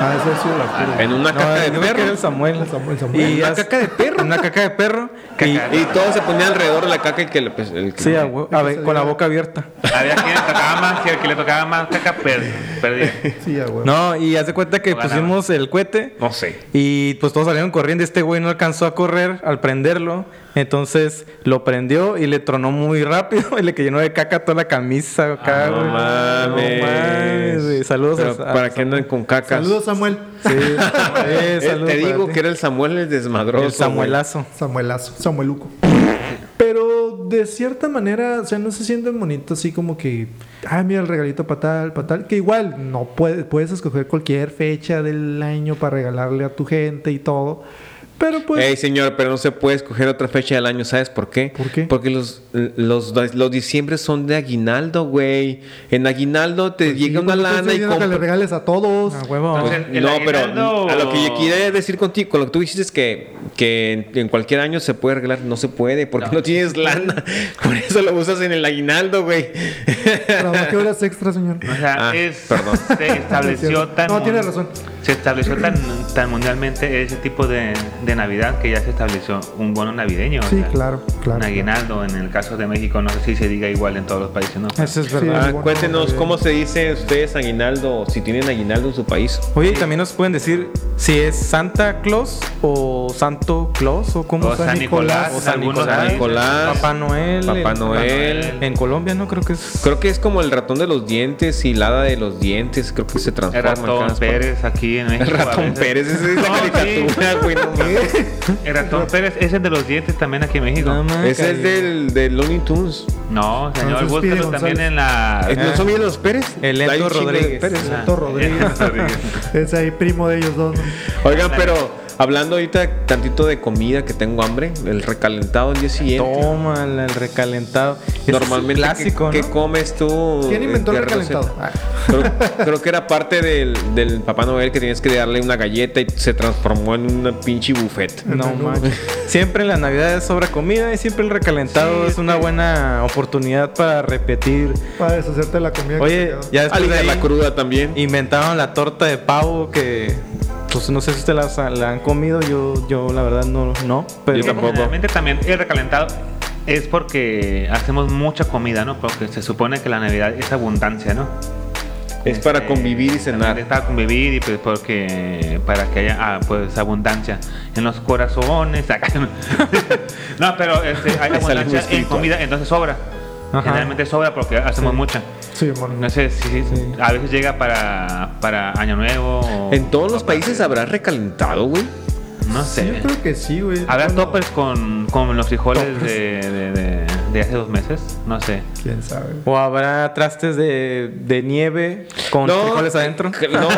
Speaker 5: Ah, eso ha sido la pura.
Speaker 4: En una
Speaker 1: No,
Speaker 4: caca de
Speaker 1: yo creo que era
Speaker 4: perro.
Speaker 1: el Samuel.
Speaker 5: Samuel, Samuel.
Speaker 1: Y
Speaker 4: ¿Una
Speaker 1: haz-
Speaker 4: caca de perro?
Speaker 1: Una caca de perro. Y-
Speaker 4: Y todo se ponía alrededor de la caca y que le. pues, el que-
Speaker 1: sí, a hue- a ver, con la boca abierta.
Speaker 6: Había quien le tocaba más y al que le tocaba más caca per- perdía.
Speaker 4: eh.
Speaker 5: Sí, ya, güey.
Speaker 1: No, y haz de cuenta que
Speaker 6: Lo ganaba.
Speaker 1: pusimos el cohete
Speaker 4: No sé.
Speaker 1: y pues todos salieron corriendo. Este güey no alcanzó a correr al prenderlo. Entonces lo prendió y le tronó muy rápido y le que llenó de caca toda la camisa. acá,
Speaker 4: Ah, No
Speaker 1: güey. No
Speaker 4: mames.
Speaker 1: mames, güey. Saludos
Speaker 4: Pero
Speaker 1: a- a-
Speaker 4: Para que anden con cacas.
Speaker 5: Saludos, Samuel.
Speaker 1: Sí, eh,
Speaker 4: Eh,
Speaker 1: saludos
Speaker 4: te
Speaker 1: para
Speaker 4: digo
Speaker 1: ti.
Speaker 4: que era el Samuel el desmadroso.
Speaker 1: el Samuelazo.
Speaker 5: Samuelazo, Samueluco. Pero de cierta manera, o sea, no se sienten bonitos así como que, ah, mira el regalito para tal, para tal, que igual no puedes, puedes escoger cualquier fecha del año para regalarle a tu gente y todo. Pero pues,
Speaker 4: güey. Ey, señor, pero no se puede escoger otra fecha del año, ¿sabes por qué?
Speaker 5: ¿Por qué?
Speaker 4: Porque los, los, los diciembre son de aguinaldo, güey. En aguinaldo te
Speaker 5: sí,
Speaker 4: llega una
Speaker 5: pues, no estoy
Speaker 4: lana y
Speaker 5: diciendo que le
Speaker 4: compras.
Speaker 5: regales a todos.
Speaker 1: A huevo.
Speaker 6: Entonces, ¿El
Speaker 4: No, pero
Speaker 6: aguinaldo
Speaker 4: a lo que yo
Speaker 6: o-
Speaker 4: quería decir contigo, con lo que tú dijiste es que, que en, en cualquier año se puede arreglar, no se puede, porque no, tienes lana. Por eso lo usas en el aguinaldo, güey.
Speaker 5: Trabajé horas extra, señor.
Speaker 6: O sea,
Speaker 4: Ah,
Speaker 6: es-
Speaker 4: perdón.
Speaker 6: se estableció tan.
Speaker 5: No,
Speaker 6: mon-
Speaker 5: tienes razón.
Speaker 6: Se estableció tan, tan mundialmente ese tipo de, de Navidad que ya se estableció un bono navideño. o
Speaker 5: Sí,
Speaker 6: sea,
Speaker 5: claro, claro.
Speaker 6: Un aguinaldo en el caso de México, no sé si se diga igual en todos los países, ¿no?
Speaker 1: Eso es
Speaker 5: Sí.
Speaker 1: verdad.
Speaker 4: Ah,
Speaker 5: bueno,
Speaker 4: cuéntenos
Speaker 5: bueno.
Speaker 4: cómo se dice ustedes aguinaldo, si tienen aguinaldo en su país.
Speaker 1: Oye, y también nos pueden decir si es Santa Claus o Santo Claus o cómo
Speaker 6: O
Speaker 1: está?
Speaker 6: San Nicolás,
Speaker 1: o San
Speaker 6: algunos
Speaker 1: Nicolás,
Speaker 6: países.
Speaker 4: Nicolás,
Speaker 1: Papá Noel,
Speaker 4: Papá
Speaker 1: el-
Speaker 4: Noel.
Speaker 1: En Colombia no creo que es
Speaker 4: Creo que es como el ratón de los dientes y la hada de los dientes. Creo que se
Speaker 6: El
Speaker 4: transforma. en
Speaker 6: ratón
Speaker 4: cada-
Speaker 6: Pérez aquí en México.
Speaker 4: El
Speaker 6: a
Speaker 4: ratón
Speaker 6: veces.
Speaker 4: Pérez, esa es
Speaker 6: No,
Speaker 4: la
Speaker 6: sí.
Speaker 4: caricatura, güey. no mames.
Speaker 6: El ratón Pérez, ese es de los dientes también aquí en México.
Speaker 1: No, man.
Speaker 4: Ese es del, del Looney Tunes.
Speaker 6: No, señor,
Speaker 5: Entonces, Speedy
Speaker 6: búscalo también
Speaker 5: González.
Speaker 6: en la.
Speaker 4: Eh, ¿No son bien los Pérez?
Speaker 1: Ah. El
Speaker 4: Hay un
Speaker 1: Héctor
Speaker 4: chingo de
Speaker 1: Rodríguez.
Speaker 4: Pérez.
Speaker 5: Ah. Héctor Rodríguez. Es ahí primo de ellos dos. ¿no?
Speaker 4: Oigan, pero hablando ahorita tantito de comida que tengo hambre, el recalentado el día siguiente.
Speaker 1: Toma el recalentado. Ese es
Speaker 4: Normalmente,
Speaker 1: un clásico,
Speaker 4: ¿qué,
Speaker 1: ¿no?
Speaker 4: qué comes tú?
Speaker 5: ¿Quién
Speaker 4: eh,
Speaker 5: inventó el
Speaker 4: de receta?
Speaker 5: recalentado? Ah.
Speaker 4: Creo, creo que era parte del, del Papá Noel que tenías que darle una galleta y se transformó en una pinche buffet.
Speaker 1: No manches. Siempre en las navidades sobra comida y siempre el recalentado es una buena oportunidad para repetir.
Speaker 5: Para deshacerte de la comida. que
Speaker 1: Oye,
Speaker 5: te quedó.
Speaker 1: ya después de
Speaker 4: Aliviar
Speaker 1: ahí
Speaker 4: la cruda también.
Speaker 1: inventaron la torta de pavo que pues no sé si ustedes la, la han comido, yo yo la verdad no no, pero
Speaker 4: Yo tampoco.
Speaker 6: Generalmente también el recalentado es porque hacemos mucha comida, ¿no? Porque se supone que la Navidad es abundancia, ¿no?
Speaker 4: Es para
Speaker 6: Este,
Speaker 4: convivir y
Speaker 6: también Es
Speaker 4: cenar.
Speaker 6: para convivir y pues porque para que haya ah, pues abundancia en los corazones. acá. no, pero este, hay
Speaker 4: Es algo
Speaker 6: abundancia en
Speaker 4: espiritual.
Speaker 6: comida, entonces sobra.
Speaker 1: Ajá.
Speaker 6: Generalmente sobra porque hacemos mucha.
Speaker 5: Sí, amor.
Speaker 6: No sé si a veces llega para, para Año Nuevo. o-
Speaker 4: En todos los países habrá recalentado, güey.
Speaker 6: no sé.
Speaker 5: Yo creo que sí, güey.
Speaker 6: Habrá
Speaker 5: Bueno,
Speaker 6: toppers con, con los frijoles
Speaker 5: Toppers. Ah,
Speaker 6: de, de, de- de hace dos meses, no sé.
Speaker 5: Quién sabe.
Speaker 1: o habrá trastes de, de nieve con frijoles adentro.
Speaker 4: que- no.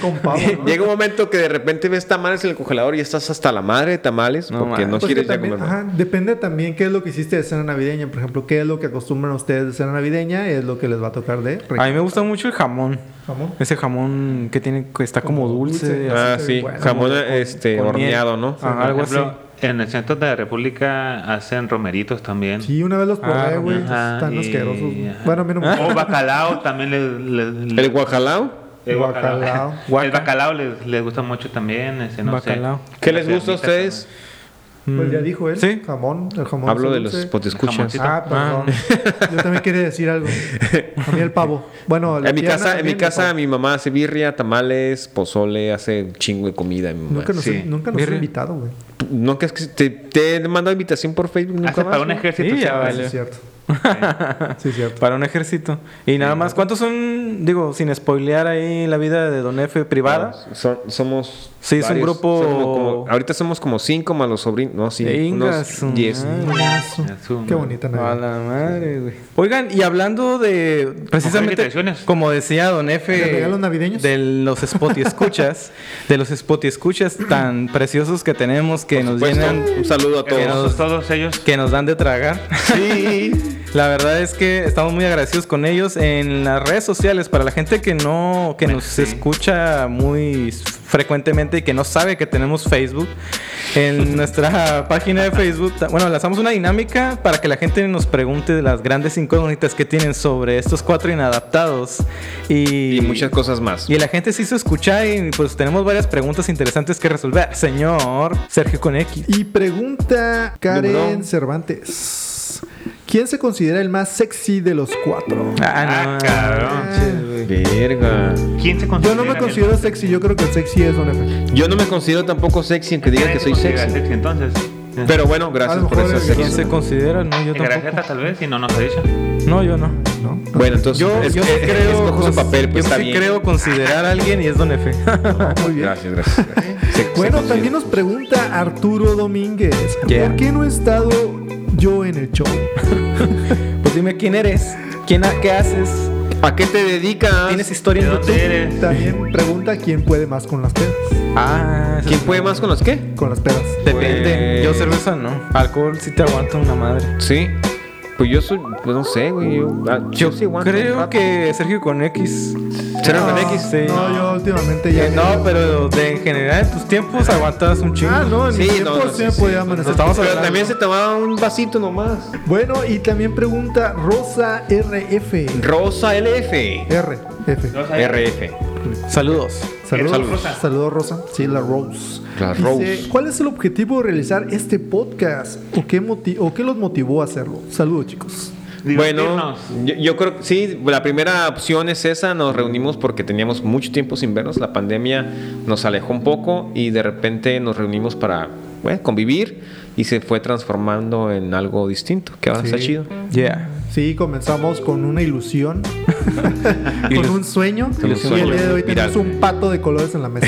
Speaker 5: Con pavo, ¿no?
Speaker 4: Llega un momento que de repente ves tamales en el congelador y estás hasta la madre de tamales
Speaker 1: No
Speaker 4: porque no
Speaker 1: mames.
Speaker 5: Pues que
Speaker 4: quieres ya
Speaker 5: también,
Speaker 4: comer.
Speaker 5: ajá, depende también qué es lo que hiciste de cena navideña. Por ejemplo, qué es lo que acostumbran ustedes de cena navideña es lo que les va a tocar de
Speaker 1: A mí me gusta mucho el jamón.
Speaker 5: jamón.
Speaker 1: Ese jamón que tiene que está como
Speaker 5: Como dulce.
Speaker 1: dulce. así.
Speaker 4: Ah, sí,
Speaker 5: Bueno,
Speaker 4: jamón
Speaker 5: con-
Speaker 4: este
Speaker 1: con miel.
Speaker 4: horneado, ¿no?
Speaker 1: Ah,
Speaker 6: Por
Speaker 1: algo
Speaker 6: ejemplo, En el centro de la República hacen romeritos también.
Speaker 5: Sí, una vez los
Speaker 1: Ah,
Speaker 5: probé, güey.
Speaker 6: ajá,
Speaker 5: están
Speaker 6: y-
Speaker 5: asquerosos. güey.
Speaker 6: ajá. Oh,
Speaker 5: Bueno, a mí no me
Speaker 6: O
Speaker 5: gusta.
Speaker 6: bacalao también les, les-
Speaker 4: El guajalao.
Speaker 6: el guacalao.
Speaker 5: Guacalao.
Speaker 1: Guaca.
Speaker 6: El bacalao les, les gusta mucho también. ese, no sé.
Speaker 1: Bacalao.
Speaker 4: ¿Qué les gusta a ustedes?
Speaker 5: Pues ya dijo él.
Speaker 1: Sí.
Speaker 5: Jamón. El jamón.
Speaker 4: Hablo de los
Speaker 5: dulce.
Speaker 4: potescuchas.
Speaker 6: Jamoncito.
Speaker 5: Ah, perdón. Yo también quería decir algo. A mí el pavo. Bueno, la
Speaker 4: En mi
Speaker 5: pierna
Speaker 4: casa, en mi
Speaker 5: también, el
Speaker 4: casa,
Speaker 5: pavo.
Speaker 4: mi mamá hace birria, tamales, pozole, hace un chingo de comida. Mi mamá.
Speaker 5: Nunca nos,
Speaker 6: Sí.
Speaker 5: nunca nos
Speaker 1: Mira.
Speaker 5: han invitado, güey. Sí,
Speaker 4: Nunca es que te, te he mandado invitación por Facebook. Nunca
Speaker 6: Hace
Speaker 4: vas,
Speaker 6: para un
Speaker 4: ¿no?
Speaker 6: ejército.
Speaker 1: Sí, ya
Speaker 6: siempre.
Speaker 1: vale.
Speaker 5: es cierto. Sí, es cierto.
Speaker 1: Para un ejército. Y nada más, ¿cuántos son, digo, sin spoilear ahí la vida de Don F privada?
Speaker 4: So- somos.
Speaker 1: Sí, es un grupo-
Speaker 4: Somos como- ahorita somos como cinco más los sobrinos. No, sí.
Speaker 1: Venga,
Speaker 4: Unos
Speaker 1: su
Speaker 4: diez.
Speaker 1: madre.
Speaker 6: Eso,
Speaker 5: Qué
Speaker 6: man.
Speaker 5: bonita
Speaker 1: A
Speaker 5: Navidad.
Speaker 1: la madre, güey. Oigan, y hablando de
Speaker 6: Mujeres y
Speaker 1: precisamente
Speaker 6: traiciones.
Speaker 1: como decía Don
Speaker 5: ¿De
Speaker 1: Efe
Speaker 5: regalos navideños?
Speaker 1: de los spot y escuchas, de los spot y escuchas tan preciosos que tenemos que nos
Speaker 4: Pues,
Speaker 1: llenan
Speaker 4: un saludo a
Speaker 1: Que
Speaker 4: todos.
Speaker 1: nos-
Speaker 6: Todos, todos ellos.
Speaker 1: que nos dan de tragar.
Speaker 4: Sí.
Speaker 1: La verdad es que estamos muy agradecidos con ellos en las redes sociales. Para la gente que no, que
Speaker 6: Bueno,
Speaker 1: nos
Speaker 6: sí.
Speaker 1: escucha muy s- frecuentemente y que no sabe que tenemos Facebook, en nuestra página de Facebook, ta- bueno, lanzamos una dinámica para que la gente nos pregunte de las grandes incógnitas que tienen sobre estos cuatro inadaptados y,
Speaker 4: Y muchas cosas más.
Speaker 1: Y la gente se hizo escuchar y pues tenemos varias preguntas interesantes que resolver. Señor Sergio con X.
Speaker 5: Y pregunta Karen
Speaker 4: Dumbrón.
Speaker 5: Cervantes. ¿Quién se considera el más sexy de los cuatro?
Speaker 1: Ah,
Speaker 6: Ah, cabrón.
Speaker 1: manches, güey.
Speaker 4: Verga.
Speaker 6: ¿Quién se
Speaker 5: Yo
Speaker 6: considera?
Speaker 5: no me
Speaker 6: el-
Speaker 5: considero sexy, yo creo que el sexy es Don F.
Speaker 4: Yo no me considero tampoco sexy, aunque digan
Speaker 6: ¿Quién
Speaker 4: que
Speaker 6: se
Speaker 4: soy
Speaker 6: considera
Speaker 4: sexy.
Speaker 6: Entonces,
Speaker 4: Pero bueno,
Speaker 5: A
Speaker 4: gracias
Speaker 5: lo
Speaker 4: por
Speaker 5: mejor
Speaker 4: esa
Speaker 5: el-
Speaker 1: ¿Quién
Speaker 4: sección.
Speaker 1: se considera? No, yo
Speaker 6: Gracias,
Speaker 1: tampoco.
Speaker 6: tal vez, si no nos ha dicho.
Speaker 1: No, yo no.
Speaker 5: ¿no?
Speaker 4: Bueno, entonces
Speaker 1: Yo,
Speaker 4: es-
Speaker 1: yo sí
Speaker 4: eh,
Speaker 1: creo,
Speaker 4: escojo su
Speaker 1: cons-
Speaker 4: papel, pues
Speaker 1: yo
Speaker 4: está
Speaker 1: sí
Speaker 4: bien.
Speaker 1: creo considerar a alguien y es Don Efe.
Speaker 5: Muy bien.
Speaker 4: Ah, Gracias, gracias. gracias. Se- se
Speaker 5: Bueno,
Speaker 4: considera.
Speaker 5: también nos pregunta Arturo Domínguez,
Speaker 1: Yeah.
Speaker 5: ¿por qué no he estado yo en el show?
Speaker 1: pues dime quién eres, ¿Quién ha- qué haces,
Speaker 4: ¿A qué te dedicas?
Speaker 1: tienes historia
Speaker 6: ¿De
Speaker 1: en
Speaker 6: dónde
Speaker 1: YouTube.
Speaker 6: eres?
Speaker 5: También pregunta quién puede más con las pedas.
Speaker 1: Ah, eso
Speaker 4: ¿Quién
Speaker 1: es-
Speaker 4: puede más con los qué?
Speaker 5: Con las pedas.
Speaker 1: Depende.
Speaker 4: Pues-
Speaker 1: Yo cerveza no. Alcohol sí te aguanta una madre.
Speaker 4: Sí. Pues yo soy, pues no sé, güey. Yo, ah, yo sí aguanto un
Speaker 1: creo
Speaker 4: rato.
Speaker 1: que Sergio con X.
Speaker 4: Sergio con
Speaker 5: Ah,
Speaker 4: X.
Speaker 1: sí.
Speaker 5: No, yo últimamente ya.
Speaker 1: Eh, no, pero de, en general en tus tiempos aguantas un chingo.
Speaker 5: Ah, no, en mis
Speaker 4: Sí,
Speaker 5: tiempos
Speaker 4: no, no,
Speaker 5: sí
Speaker 4: sí,
Speaker 5: me
Speaker 4: sí.
Speaker 5: podía amanecer.
Speaker 1: Estamos
Speaker 4: Pero
Speaker 1: hablando.
Speaker 4: también se tomaba un vasito nomás.
Speaker 5: Bueno, y también pregunta Rosa RF.
Speaker 4: Rosa LF.
Speaker 5: RF.
Speaker 6: ¿Dos ahí?
Speaker 4: RF.
Speaker 1: Saludos.
Speaker 5: Saludos,
Speaker 4: Saludos.
Speaker 5: Rosa. Saludos, Rosa. Sí, la Rose.
Speaker 4: La
Speaker 5: Dice,
Speaker 4: Rose.
Speaker 5: ¿Cuál es el objetivo de realizar este podcast? ¿O qué, moti- o qué los motivó a hacerlo? Saludos, chicos.
Speaker 4: Bueno,
Speaker 6: Divertirnos.
Speaker 4: yo, yo creo que sí, la primera opción es esa, nos reunimos porque teníamos mucho tiempo sin vernos, la pandemia nos alejó un poco y de repente nos reunimos para bueno, convivir y se fue transformando en algo distinto, que ahora
Speaker 5: Sí.
Speaker 4: está chido.
Speaker 1: Yeah.
Speaker 5: Sí, comenzamos con una ilusión, con
Speaker 1: Ilus-
Speaker 5: un sueño.
Speaker 4: Con un
Speaker 5: Y el
Speaker 4: sueño
Speaker 5: día de hoy tenemos
Speaker 4: viral.
Speaker 5: un pato de colores en la mesa.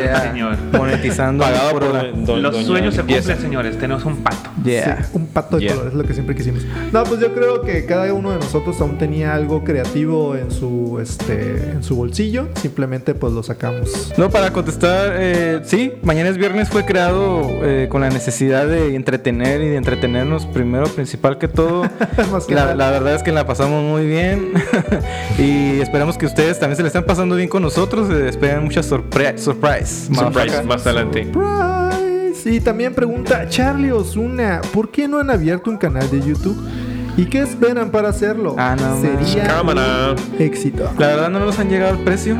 Speaker 1: Yeah.
Speaker 6: Señor.
Speaker 1: Monetizando
Speaker 4: Pagado
Speaker 1: por
Speaker 4: por
Speaker 1: hora.
Speaker 4: don- don-
Speaker 6: Los
Speaker 4: doña
Speaker 6: sueños se
Speaker 4: limpieza.
Speaker 6: cumplen, señores. Tenemos un pato.
Speaker 1: Yeah.
Speaker 5: Sí, un pato de
Speaker 4: Yeah.
Speaker 5: colores, lo que siempre quisimos. No, pues yo creo que cada uno de nosotros aún tenía algo creativo en su, este, en su bolsillo. Simplemente pues lo sacamos.
Speaker 1: No, para contestar, eh, sí, Mañana es Viernes fue creado eh, con la necesidad de entretener y de entretenernos primero, principal que todo.
Speaker 5: Más que
Speaker 1: la,
Speaker 5: nada.
Speaker 1: la verdad es que la pasamos muy bien y esperamos que ustedes también se la están pasando bien con nosotros. eh, esperan muchas sorpre surprise.
Speaker 4: Surprise,
Speaker 1: motherfucker.
Speaker 4: más adelante.
Speaker 5: Surprise. Y también pregunta Charlie Osuna, ¿por qué no han abierto un canal de YouTube? ¿Y qué esperan para hacerlo?
Speaker 1: Ah, no,
Speaker 5: Sería
Speaker 4: Cámara.
Speaker 5: un éxito.
Speaker 1: La verdad no nos han llegado el precio.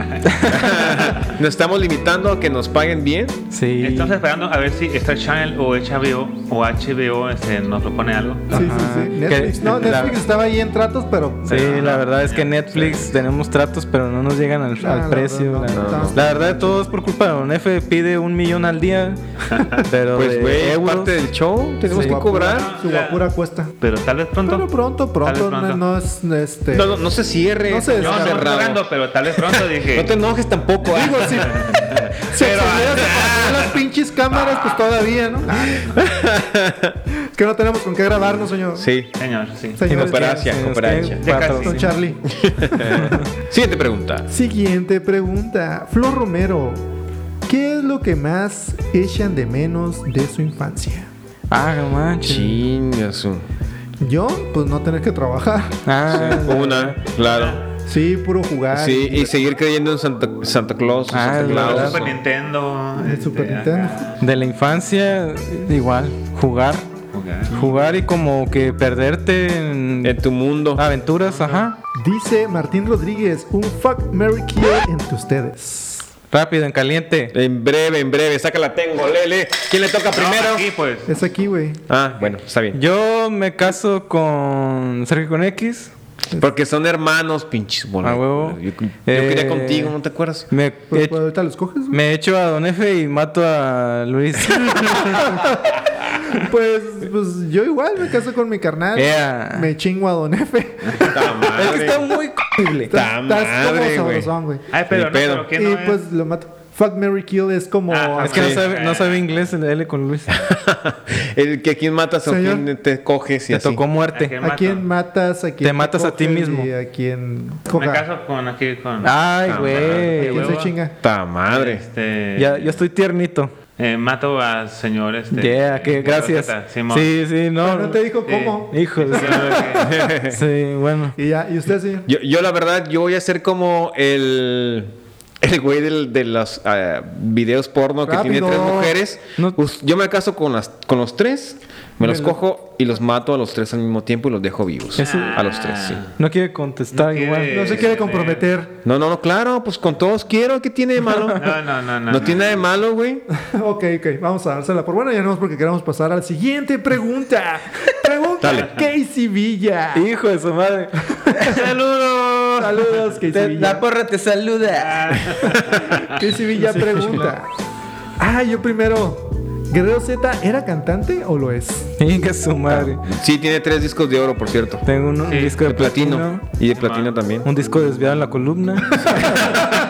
Speaker 4: nos estamos limitando a que nos paguen bien.
Speaker 1: Sí.
Speaker 6: Estamos esperando a ver si Star Channel o HBO o HBO este, nos propone algo.
Speaker 5: Sí, sí, sí.
Speaker 1: Ajá.
Speaker 5: Netflix.
Speaker 1: Que-
Speaker 5: No,
Speaker 1: la-
Speaker 5: Netflix estaba ahí en tratos, pero
Speaker 1: Sí, la verdad es que Netflix tenemos tratos, pero no nos llegan al,
Speaker 5: No,
Speaker 1: al
Speaker 5: Ah, la
Speaker 1: precio.
Speaker 5: verdad,
Speaker 1: la,
Speaker 5: no, no.
Speaker 1: la verdad, todo es por culpa de Don F. Pide un millón al día, pero
Speaker 4: Pues,
Speaker 1: de
Speaker 4: güey, es
Speaker 1: euros.
Speaker 4: parte del show, tenemos
Speaker 5: su
Speaker 4: que
Speaker 5: guapura-
Speaker 4: cobrar.
Speaker 5: Su guapura cuesta.
Speaker 6: Pero tal vez pronto.
Speaker 5: Pero pronto,
Speaker 6: Tal vez
Speaker 5: pronto, no,
Speaker 6: pronto.
Speaker 5: no es este.
Speaker 4: No, no, no se cierre.
Speaker 5: No se
Speaker 4: señor
Speaker 6: no, estamos
Speaker 4: Cerrado.
Speaker 6: cerrando, pero tal vez pronto dije.
Speaker 4: No te enojes tampoco. ah.
Speaker 5: Digo, si, si
Speaker 4: Pero- ah,
Speaker 5: aceleras a poner las pinches cámaras, pues todavía, ¿no? es que no tenemos con qué grabarnos, señor.
Speaker 4: Sí,
Speaker 6: Señor, sí.
Speaker 5: Señores,
Speaker 4: cooperación,
Speaker 1: Sí, nos
Speaker 4: cooperación.
Speaker 1: queda
Speaker 6: Ya
Speaker 1: pato.
Speaker 6: casi.
Speaker 5: Don Charlie.
Speaker 4: Siguiente pregunta.
Speaker 5: Siguiente pregunta. Flor Romero, ¿qué es lo que más echan de menos de su infancia?
Speaker 1: Ah, no manches.
Speaker 4: Chingazo.
Speaker 5: Yo, pues no tener que trabajar.
Speaker 1: Ah, la-
Speaker 4: Una, claro.
Speaker 5: Sí, puro jugar.
Speaker 4: Sí, y seguir creyendo en Santa, Santa Claus, en
Speaker 1: Ah,
Speaker 4: Santa
Speaker 1: la
Speaker 4: Claus.
Speaker 1: verdad.
Speaker 6: Super Nintendo.
Speaker 5: El
Speaker 6: este,
Speaker 5: Super Nintendo.
Speaker 6: acá,
Speaker 1: De la infancia, igual, jugar.
Speaker 6: jugar.
Speaker 1: Jugar y como que perderte en
Speaker 4: En tu mundo.
Speaker 1: aventuras, ajá.
Speaker 5: Dice Martín Rodríguez, un fuck Mary Kill entre ustedes.
Speaker 1: Rápido, en caliente.
Speaker 4: En breve, en breve. Sácala, tengo, lele. ¿Quién le toca
Speaker 6: No,
Speaker 4: primero?
Speaker 6: Aquí, pues.
Speaker 5: Es aquí, güey.
Speaker 4: Ah, bueno, está bien.
Speaker 1: Yo me caso con Sergio con X.
Speaker 4: Porque son hermanos, pinches boludo.
Speaker 1: A Ah, huevo.
Speaker 4: Yo, yo
Speaker 1: Eh,
Speaker 4: quería contigo, ¿no te acuerdas?
Speaker 1: Me
Speaker 5: Pues,
Speaker 1: eh,
Speaker 5: pues, ahorita los coges. güey.
Speaker 1: Me echo a Don F y mato a Luis.
Speaker 5: Pues, pues yo igual me caso con mi carnal.
Speaker 1: Yeah.
Speaker 5: Me chingo a Don Efe.
Speaker 4: Puta madre.
Speaker 1: es que está muy horrible.
Speaker 4: Ta madre, güey.
Speaker 5: sabrosón, güey.
Speaker 6: Ay, Ah, pero,
Speaker 4: Ni
Speaker 6: no,
Speaker 4: pedo.
Speaker 6: pero ¿qué no
Speaker 5: Y
Speaker 6: es?
Speaker 5: pues lo mato. Fuck Mary Kill es como.
Speaker 6: Ah,
Speaker 1: Es que no
Speaker 4: Sí.
Speaker 1: sabe, no sabe inglés el L con Luis.
Speaker 4: El que quien matas o
Speaker 5: Señor.
Speaker 4: quien te coges y
Speaker 1: Te
Speaker 4: así.
Speaker 1: tocó muerte.
Speaker 6: Aquel-
Speaker 5: a quién matas, a quién.
Speaker 1: Te matas a ti
Speaker 5: coges
Speaker 1: mismo.
Speaker 5: Y a quién.
Speaker 6: Me
Speaker 5: Coja.
Speaker 6: caso con aquí con.
Speaker 1: Ay,
Speaker 6: con-
Speaker 1: güey.
Speaker 6: de
Speaker 5: ¿Quién se
Speaker 6: huevo.
Speaker 5: chinga?
Speaker 4: Ta madre.
Speaker 6: Este,
Speaker 1: Ya, yo estoy tiernito.
Speaker 6: eh, mato al señor este.
Speaker 1: Yeah, que
Speaker 6: eh,
Speaker 1: gracias.
Speaker 6: Rosetta, Simón.
Speaker 1: Sí, sí,
Speaker 5: Pero
Speaker 1: no.
Speaker 5: no te dijo
Speaker 6: Sí.
Speaker 5: cómo.
Speaker 6: Pues,
Speaker 1: Híjole. Sí, bueno.
Speaker 5: Y ya, ¿y usted, señor?
Speaker 4: Yo, yo, la verdad, yo voy a ser como el. El güey del- de los ah, videos porno que tiene
Speaker 5: Rápido.
Speaker 4: tres mujeres.
Speaker 1: No.
Speaker 4: Us- Yo me caso con, las, con los tres, me los
Speaker 5: Me lo-
Speaker 4: cojo y los mato a los tres al mismo tiempo y los dejo vivos.
Speaker 1: Eso-
Speaker 4: A los tres, sí.
Speaker 1: No quiere contestar
Speaker 6: No
Speaker 1: igual.
Speaker 6: quiere.
Speaker 5: No se quiere comprometer.
Speaker 4: No, no, no, claro, pues con todos quiero. ¿Qué tiene de malo?
Speaker 6: No, no, no, no.
Speaker 4: No tiene nada de malo, güey.
Speaker 5: Ok, ok, vamos a dársela por buena. Ya no es porque queramos pasar a la siguiente pregunta. Pregunta
Speaker 4: Dale.
Speaker 5: Casey Villa.
Speaker 1: Hijo de su madre. Saludos.
Speaker 5: Saludos, Casey
Speaker 1: Te-
Speaker 5: Villa.
Speaker 1: la porra te saluda.
Speaker 5: Casey Villa pregunta. Ah, yo primero. ¿Guerrero Z era cantante o lo es?
Speaker 1: Inga su madre.
Speaker 4: Sí, tiene tres discos de oro, por cierto.
Speaker 1: Tengo un, un
Speaker 6: Sí,
Speaker 1: disco de,
Speaker 4: De platino. Y de platino también.
Speaker 1: Un disco desviado en la columna.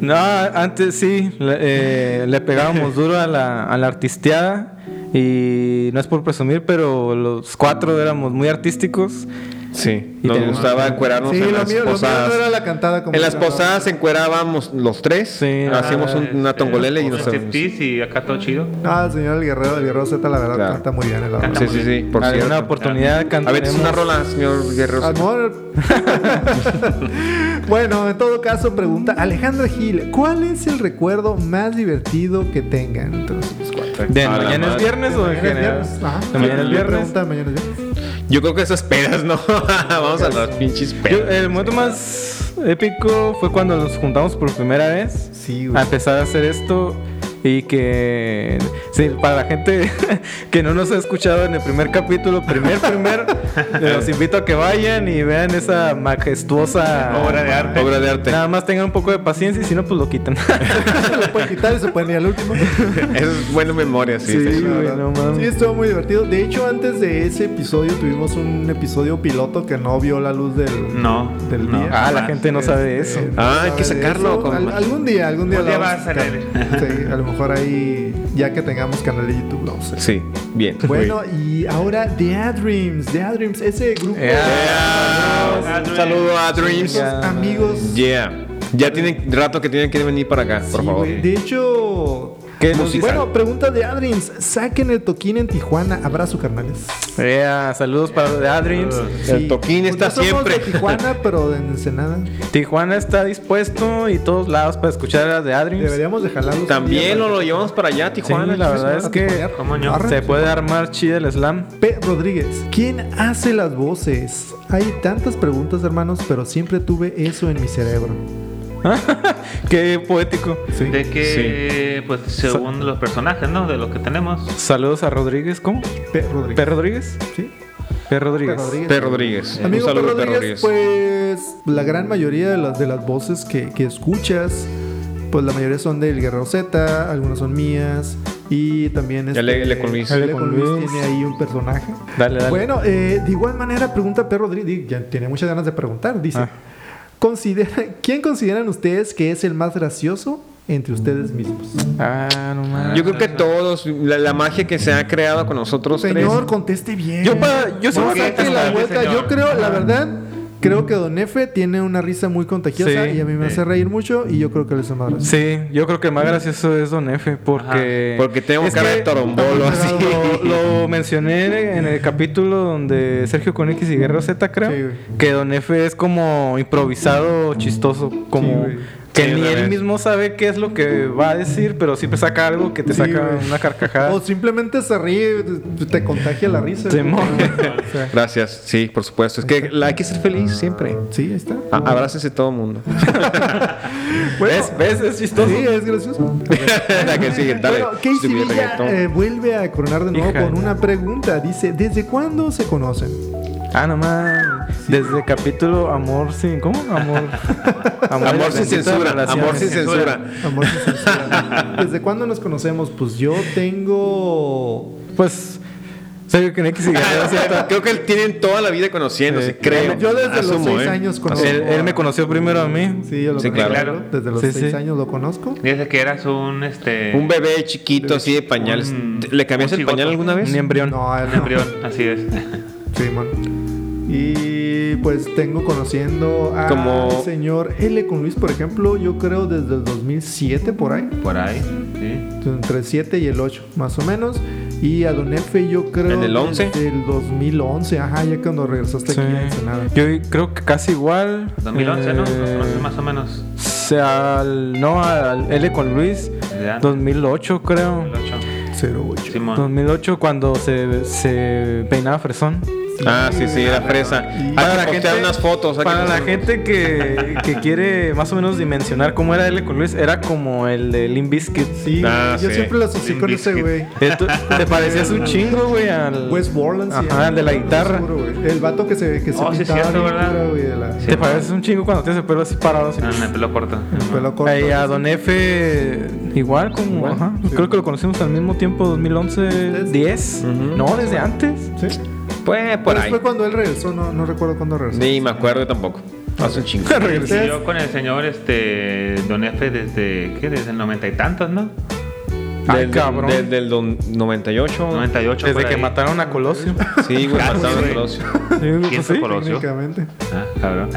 Speaker 1: no, antes sí, le, eh, le pegábamos duro a la, a la artisteada. Y no es por presumir, pero los cuatro éramos muy artísticos.
Speaker 4: Sí.
Speaker 1: Y
Speaker 4: Nos
Speaker 1: tenemos-
Speaker 4: gustaba encuerarnos
Speaker 5: Sí,
Speaker 4: en
Speaker 5: lo
Speaker 4: las
Speaker 5: mío, lo mío
Speaker 4: posadas.
Speaker 5: no era la cantada como
Speaker 4: en las
Speaker 5: era, ¿no?
Speaker 4: posadas encuerábamos los tres.
Speaker 1: Sí. Ah, pues, este
Speaker 4: hacíamos un- una
Speaker 6: Este,
Speaker 4: tongolele y nos
Speaker 6: striptease y acá todo chido.
Speaker 5: Ah, el señor El Guerrero, el Guerrero Z, la verdad,
Speaker 4: Claro.
Speaker 5: canta muy bien el hombre.
Speaker 4: Sí, sí, sí. Por
Speaker 1: Por una
Speaker 4: cierto.
Speaker 1: oportunidad
Speaker 4: A ver, es una
Speaker 1: cantaremos-
Speaker 4: rola, señor
Speaker 5: Ah,
Speaker 4: Guerrero.
Speaker 5: Amor. bueno, en todo caso, pregunta Alejandra Gil: ¿Cuál es el recuerdo más divertido que tengan? Entonces, ¿cuál?
Speaker 1: ¿De
Speaker 4: A Ah, la
Speaker 1: mañana es
Speaker 4: madre.
Speaker 1: viernes o de general?
Speaker 5: Ajá.
Speaker 1: ¿De mañana es
Speaker 5: Yo
Speaker 1: viernes?
Speaker 5: Ah, pregunta, mañana es viernes.
Speaker 4: Yo creo que esas pedas, ¿no? Vamos a las pinches
Speaker 1: Yo- eh,
Speaker 4: pedas.
Speaker 1: el momento más épico fue cuando nos juntamos por primera vez.
Speaker 5: Sí,
Speaker 1: a
Speaker 4: Ah.
Speaker 5: güey.
Speaker 1: empezar a hacer esto y que sí, para la gente que no nos ha escuchado en el primer capítulo, primer primer, los invito a que vayan y vean esa majestuosa
Speaker 6: Obra de arte.
Speaker 4: Obra de arte.
Speaker 1: Nada más tengan un poco de paciencia y si no pues lo quitan.
Speaker 5: se lo pueden quitar y se pueden ir al último.
Speaker 4: Esa es buena memoria, sí. sí.
Speaker 1: güey,
Speaker 5: la verdad.
Speaker 1: no mames.
Speaker 5: Sí, estuvo muy divertido. De hecho, antes de ese episodio tuvimos un episodio piloto que no vio la luz del,
Speaker 6: No,
Speaker 5: del
Speaker 6: no.
Speaker 5: día.
Speaker 1: Ah, la
Speaker 6: Jamás.
Speaker 1: gente no sabe eso.
Speaker 5: Este,
Speaker 4: Ah, hay
Speaker 5: sabe
Speaker 4: que
Speaker 5: de
Speaker 4: sacarlo,
Speaker 5: eso.
Speaker 4: con-
Speaker 5: Al- algún día, algún día.
Speaker 6: Un día
Speaker 5: lo
Speaker 6: va
Speaker 5: vamos
Speaker 6: a salir.
Speaker 5: sacar. Sí, a lo mejor ahí, ya que tengamos canal de YouTube, lo vamos a hacer.
Speaker 4: Sí, bien.
Speaker 5: Bueno, y ahora The Adreams. The Adreams, ese grupo.
Speaker 4: Yeah. Un saludo a Dreams.
Speaker 5: Esos Amigos.
Speaker 4: Yeah. Ya tienen rato que tienen que venir para acá, por
Speaker 5: Sí,
Speaker 4: favor.
Speaker 5: güey. De hecho.
Speaker 1: ¿Qué
Speaker 5: nos-
Speaker 1: musical?
Speaker 5: bueno, pregunta de Adreams. Saquen el toquín en Tijuana. Abrazo, carnales.
Speaker 1: Ea, saludos para The Adreams.
Speaker 4: El toquín
Speaker 5: pues
Speaker 4: está
Speaker 5: no somos
Speaker 4: siempre.
Speaker 5: de Tijuana, pero de Ensenada.
Speaker 1: Tijuana está dispuesto y todos lados para escuchar a The Adreams.
Speaker 5: Deberíamos de jalarlos.
Speaker 4: También lo, lo llevamos para allá, Tijuana.
Speaker 1: Sí, la verdad es que
Speaker 6: ¿Cómo no?
Speaker 1: se puede armar chida el slam.
Speaker 5: P. Rodríguez, ¿quién hace las voces? Hay tantas preguntas, hermanos, pero siempre tuve eso en mi cerebro.
Speaker 1: Qué poético.
Speaker 6: De que, pues, según los personajes, ¿no? De los que tenemos.
Speaker 1: Saludos a Rodríguez, ¿cómo?
Speaker 5: P. Rodríguez.
Speaker 1: ¿P. Rodríguez?
Speaker 5: Sí.
Speaker 1: P. Rodríguez.
Speaker 5: P. Rodríguez. Eh,
Speaker 4: P. Rodríguez.
Speaker 5: Amigo
Speaker 4: un
Speaker 5: P.
Speaker 4: saludo, P. Rodríguez.
Speaker 5: Rodríguez, pues la gran mayoría de las, de las voces que, que escuchas, pues la mayoría son del Guerrero Z, algunas son mías y también
Speaker 4: Ya le- le con Luis.
Speaker 5: ya le
Speaker 1: Le
Speaker 5: con
Speaker 1: con
Speaker 5: Luis
Speaker 1: Luis.
Speaker 5: tiene ahí un personaje.
Speaker 1: Dale, dale.
Speaker 5: Bueno, eh, de igual manera pregunta P. Rodríguez, ya tiene muchas ganas de preguntar, dice,
Speaker 1: Ah.
Speaker 5: "Considera- ¿quién consideran ustedes que es el más gracioso entre ustedes mismos?
Speaker 1: Ah, no mames.
Speaker 4: Yo creo que todos, la, la magia que se ha creado con nosotros
Speaker 5: Señor, conteste bien.
Speaker 1: Yo pa- yo sí
Speaker 5: No
Speaker 1: voy a
Speaker 5: saque
Speaker 1: contestar,
Speaker 5: la
Speaker 1: sí,
Speaker 5: vuelta.
Speaker 6: señor.
Speaker 5: Yo creo, la verdad, creo que Don Efe tiene una risa muy contagiosa
Speaker 1: Sí.
Speaker 5: y a mí me hace reír mucho y yo creo que le hace más gracia.
Speaker 1: Sí, yo creo que el más gracioso es Don F porque...
Speaker 4: tres, porque tengo
Speaker 1: Es
Speaker 4: cara
Speaker 1: que
Speaker 4: de torombolo así.
Speaker 1: Lo, lo mencioné en el capítulo donde Sergio con X y Guerrero Z, creo,
Speaker 5: Sí, güey.
Speaker 1: que Don F es como improvisado, chistoso, como...
Speaker 5: Sí, güey.
Speaker 1: que
Speaker 4: Sí,
Speaker 1: ni
Speaker 4: la
Speaker 1: él
Speaker 4: verdad.
Speaker 1: mismo sabe qué es lo que va a decir, pero siempre saca algo que te
Speaker 5: Sí,
Speaker 1: saca
Speaker 5: güey.
Speaker 1: una carcajada.
Speaker 4: Oh,
Speaker 5: O simplemente se ríe, te- te contagia la risa.
Speaker 1: Simón.
Speaker 4: Gracias, sí, por supuesto. Es que la, hay que ser feliz siempre.
Speaker 5: Sí, ahí está.
Speaker 1: Ah.
Speaker 4: A- abrácense todo el mundo.
Speaker 1: ¿Ves? ¿Ves? Es chistoso.
Speaker 4: eh.
Speaker 5: Sí, es gracioso.
Speaker 4: la que sigue, dale.
Speaker 5: Bueno, Casey
Speaker 4: Estúpido
Speaker 5: Villa
Speaker 4: reggaetón.
Speaker 5: eh, vuelve a coronar de nuevo
Speaker 1: Hija.
Speaker 5: con una pregunta. Dice, ¿desde cuándo se conocen?
Speaker 1: Ah, no mames. Desde capítulo Amor sin. ¿Cómo? Amor.
Speaker 4: Amor sin censura, amor sin censura.
Speaker 5: Amor sin censura. ¿Desde cuándo nos conocemos? Pues yo tengo...
Speaker 1: Pues. Sergio que X y Guerrero Z.
Speaker 4: Creo que tienen toda la vida conociéndose,
Speaker 1: Sí.
Speaker 4: creo.
Speaker 5: Yo desde los
Speaker 4: Asumo,
Speaker 5: seis
Speaker 4: ¿eh?
Speaker 5: años conozco.
Speaker 1: Él, él me conoció primero a mí.
Speaker 5: Sí, yo lo
Speaker 4: Sí,
Speaker 5: conozco.
Speaker 6: claro.
Speaker 5: Desde los
Speaker 1: Sí,
Speaker 5: seis
Speaker 1: sí.
Speaker 5: años lo conozco.
Speaker 6: Dice que eras un, este...
Speaker 4: Un bebé chiquito así de pañales.
Speaker 6: Un-
Speaker 4: ¿Le cambiaste
Speaker 6: un
Speaker 4: el pañal
Speaker 6: chigoto.
Speaker 4: alguna vez?
Speaker 1: Un embrión.
Speaker 5: No, él
Speaker 6: un
Speaker 5: no.
Speaker 6: embrión, así es.
Speaker 5: Sí, mon. Y pues tengo conociendo a
Speaker 4: Como-
Speaker 5: señor L con Luis, por ejemplo, yo creo desde el 2007 por ahí,
Speaker 6: Por ahí, sí.
Speaker 5: entre el 7 y el 8 más o menos. Y a Don Efe yo creo
Speaker 4: ¿En el 11?
Speaker 5: desde el 2011, ajá, ya cuando regresaste
Speaker 1: Sí.
Speaker 5: aquí a Ensenada.
Speaker 1: Yo creo que casi igual.
Speaker 6: 2011, ¿no?
Speaker 5: Eh,
Speaker 6: Nos conocemos
Speaker 1: ¿no?
Speaker 6: Más o menos.
Speaker 1: no, al L con Luis.
Speaker 6: ¿Ya?
Speaker 1: 2008, creo.
Speaker 6: 2008.
Speaker 5: 08.
Speaker 6: Simón.
Speaker 1: 2008, cuando se, se peinaba Fresón.
Speaker 4: Ah, sí, sí, era fresa. Hay que postear unas fotos. hay que
Speaker 1: para la
Speaker 4: postear unas
Speaker 1: gente que, que quiere más o menos dimensionar cómo era L. con Luis, era como el de Limp Bizkit.
Speaker 5: Sí,
Speaker 4: Ah,
Speaker 5: yo
Speaker 4: sí.
Speaker 5: siempre lo asocié con ese
Speaker 6: Limp
Speaker 5: güey.
Speaker 1: Eh, tú- Te parecías un chingo, güey, al.
Speaker 5: Wes Borland, sí,
Speaker 1: Ajá, el de la guitarra.
Speaker 5: seguro, güey. el vato que se, que se
Speaker 6: Oh, sí, es
Speaker 5: pintaba
Speaker 6: cierto,
Speaker 5: bien
Speaker 6: ¿verdad?
Speaker 5: cura, güey, de la-
Speaker 1: Te pareces un chingo cuando tienes el pelo así parado. así.
Speaker 6: Ah, me pelo corto.
Speaker 5: el pelo corto.
Speaker 1: Ahí a Don F, igual como. ajá. Creo que lo conocimos al mismo tiempo, 2011, 10. No, desde antes.
Speaker 5: Sí.
Speaker 4: fotos. Pues por
Speaker 5: Pero
Speaker 4: ahí.
Speaker 5: fue cuando él regresó, no, no recuerdo cuándo regresó.
Speaker 4: Ni me acuerdo tampoco. Hace un chingo.
Speaker 6: Y yo con el señor este Don F desde ¿qué? desde el noventa y tantos, ¿no?
Speaker 1: Ay,
Speaker 4: Del-
Speaker 1: cabrón.
Speaker 4: Desde el don- 98.
Speaker 6: 98 por
Speaker 1: Desde que
Speaker 6: ahí.
Speaker 1: mataron a Colosio.
Speaker 4: Sí, güey,
Speaker 6: Claro,
Speaker 4: mataron
Speaker 6: güey.
Speaker 4: el Colosio.
Speaker 6: ¿Quién
Speaker 1: Pues
Speaker 6: fue
Speaker 1: sí,
Speaker 6: Colosio?
Speaker 5: Técnicamente.
Speaker 6: Ah, cabrón.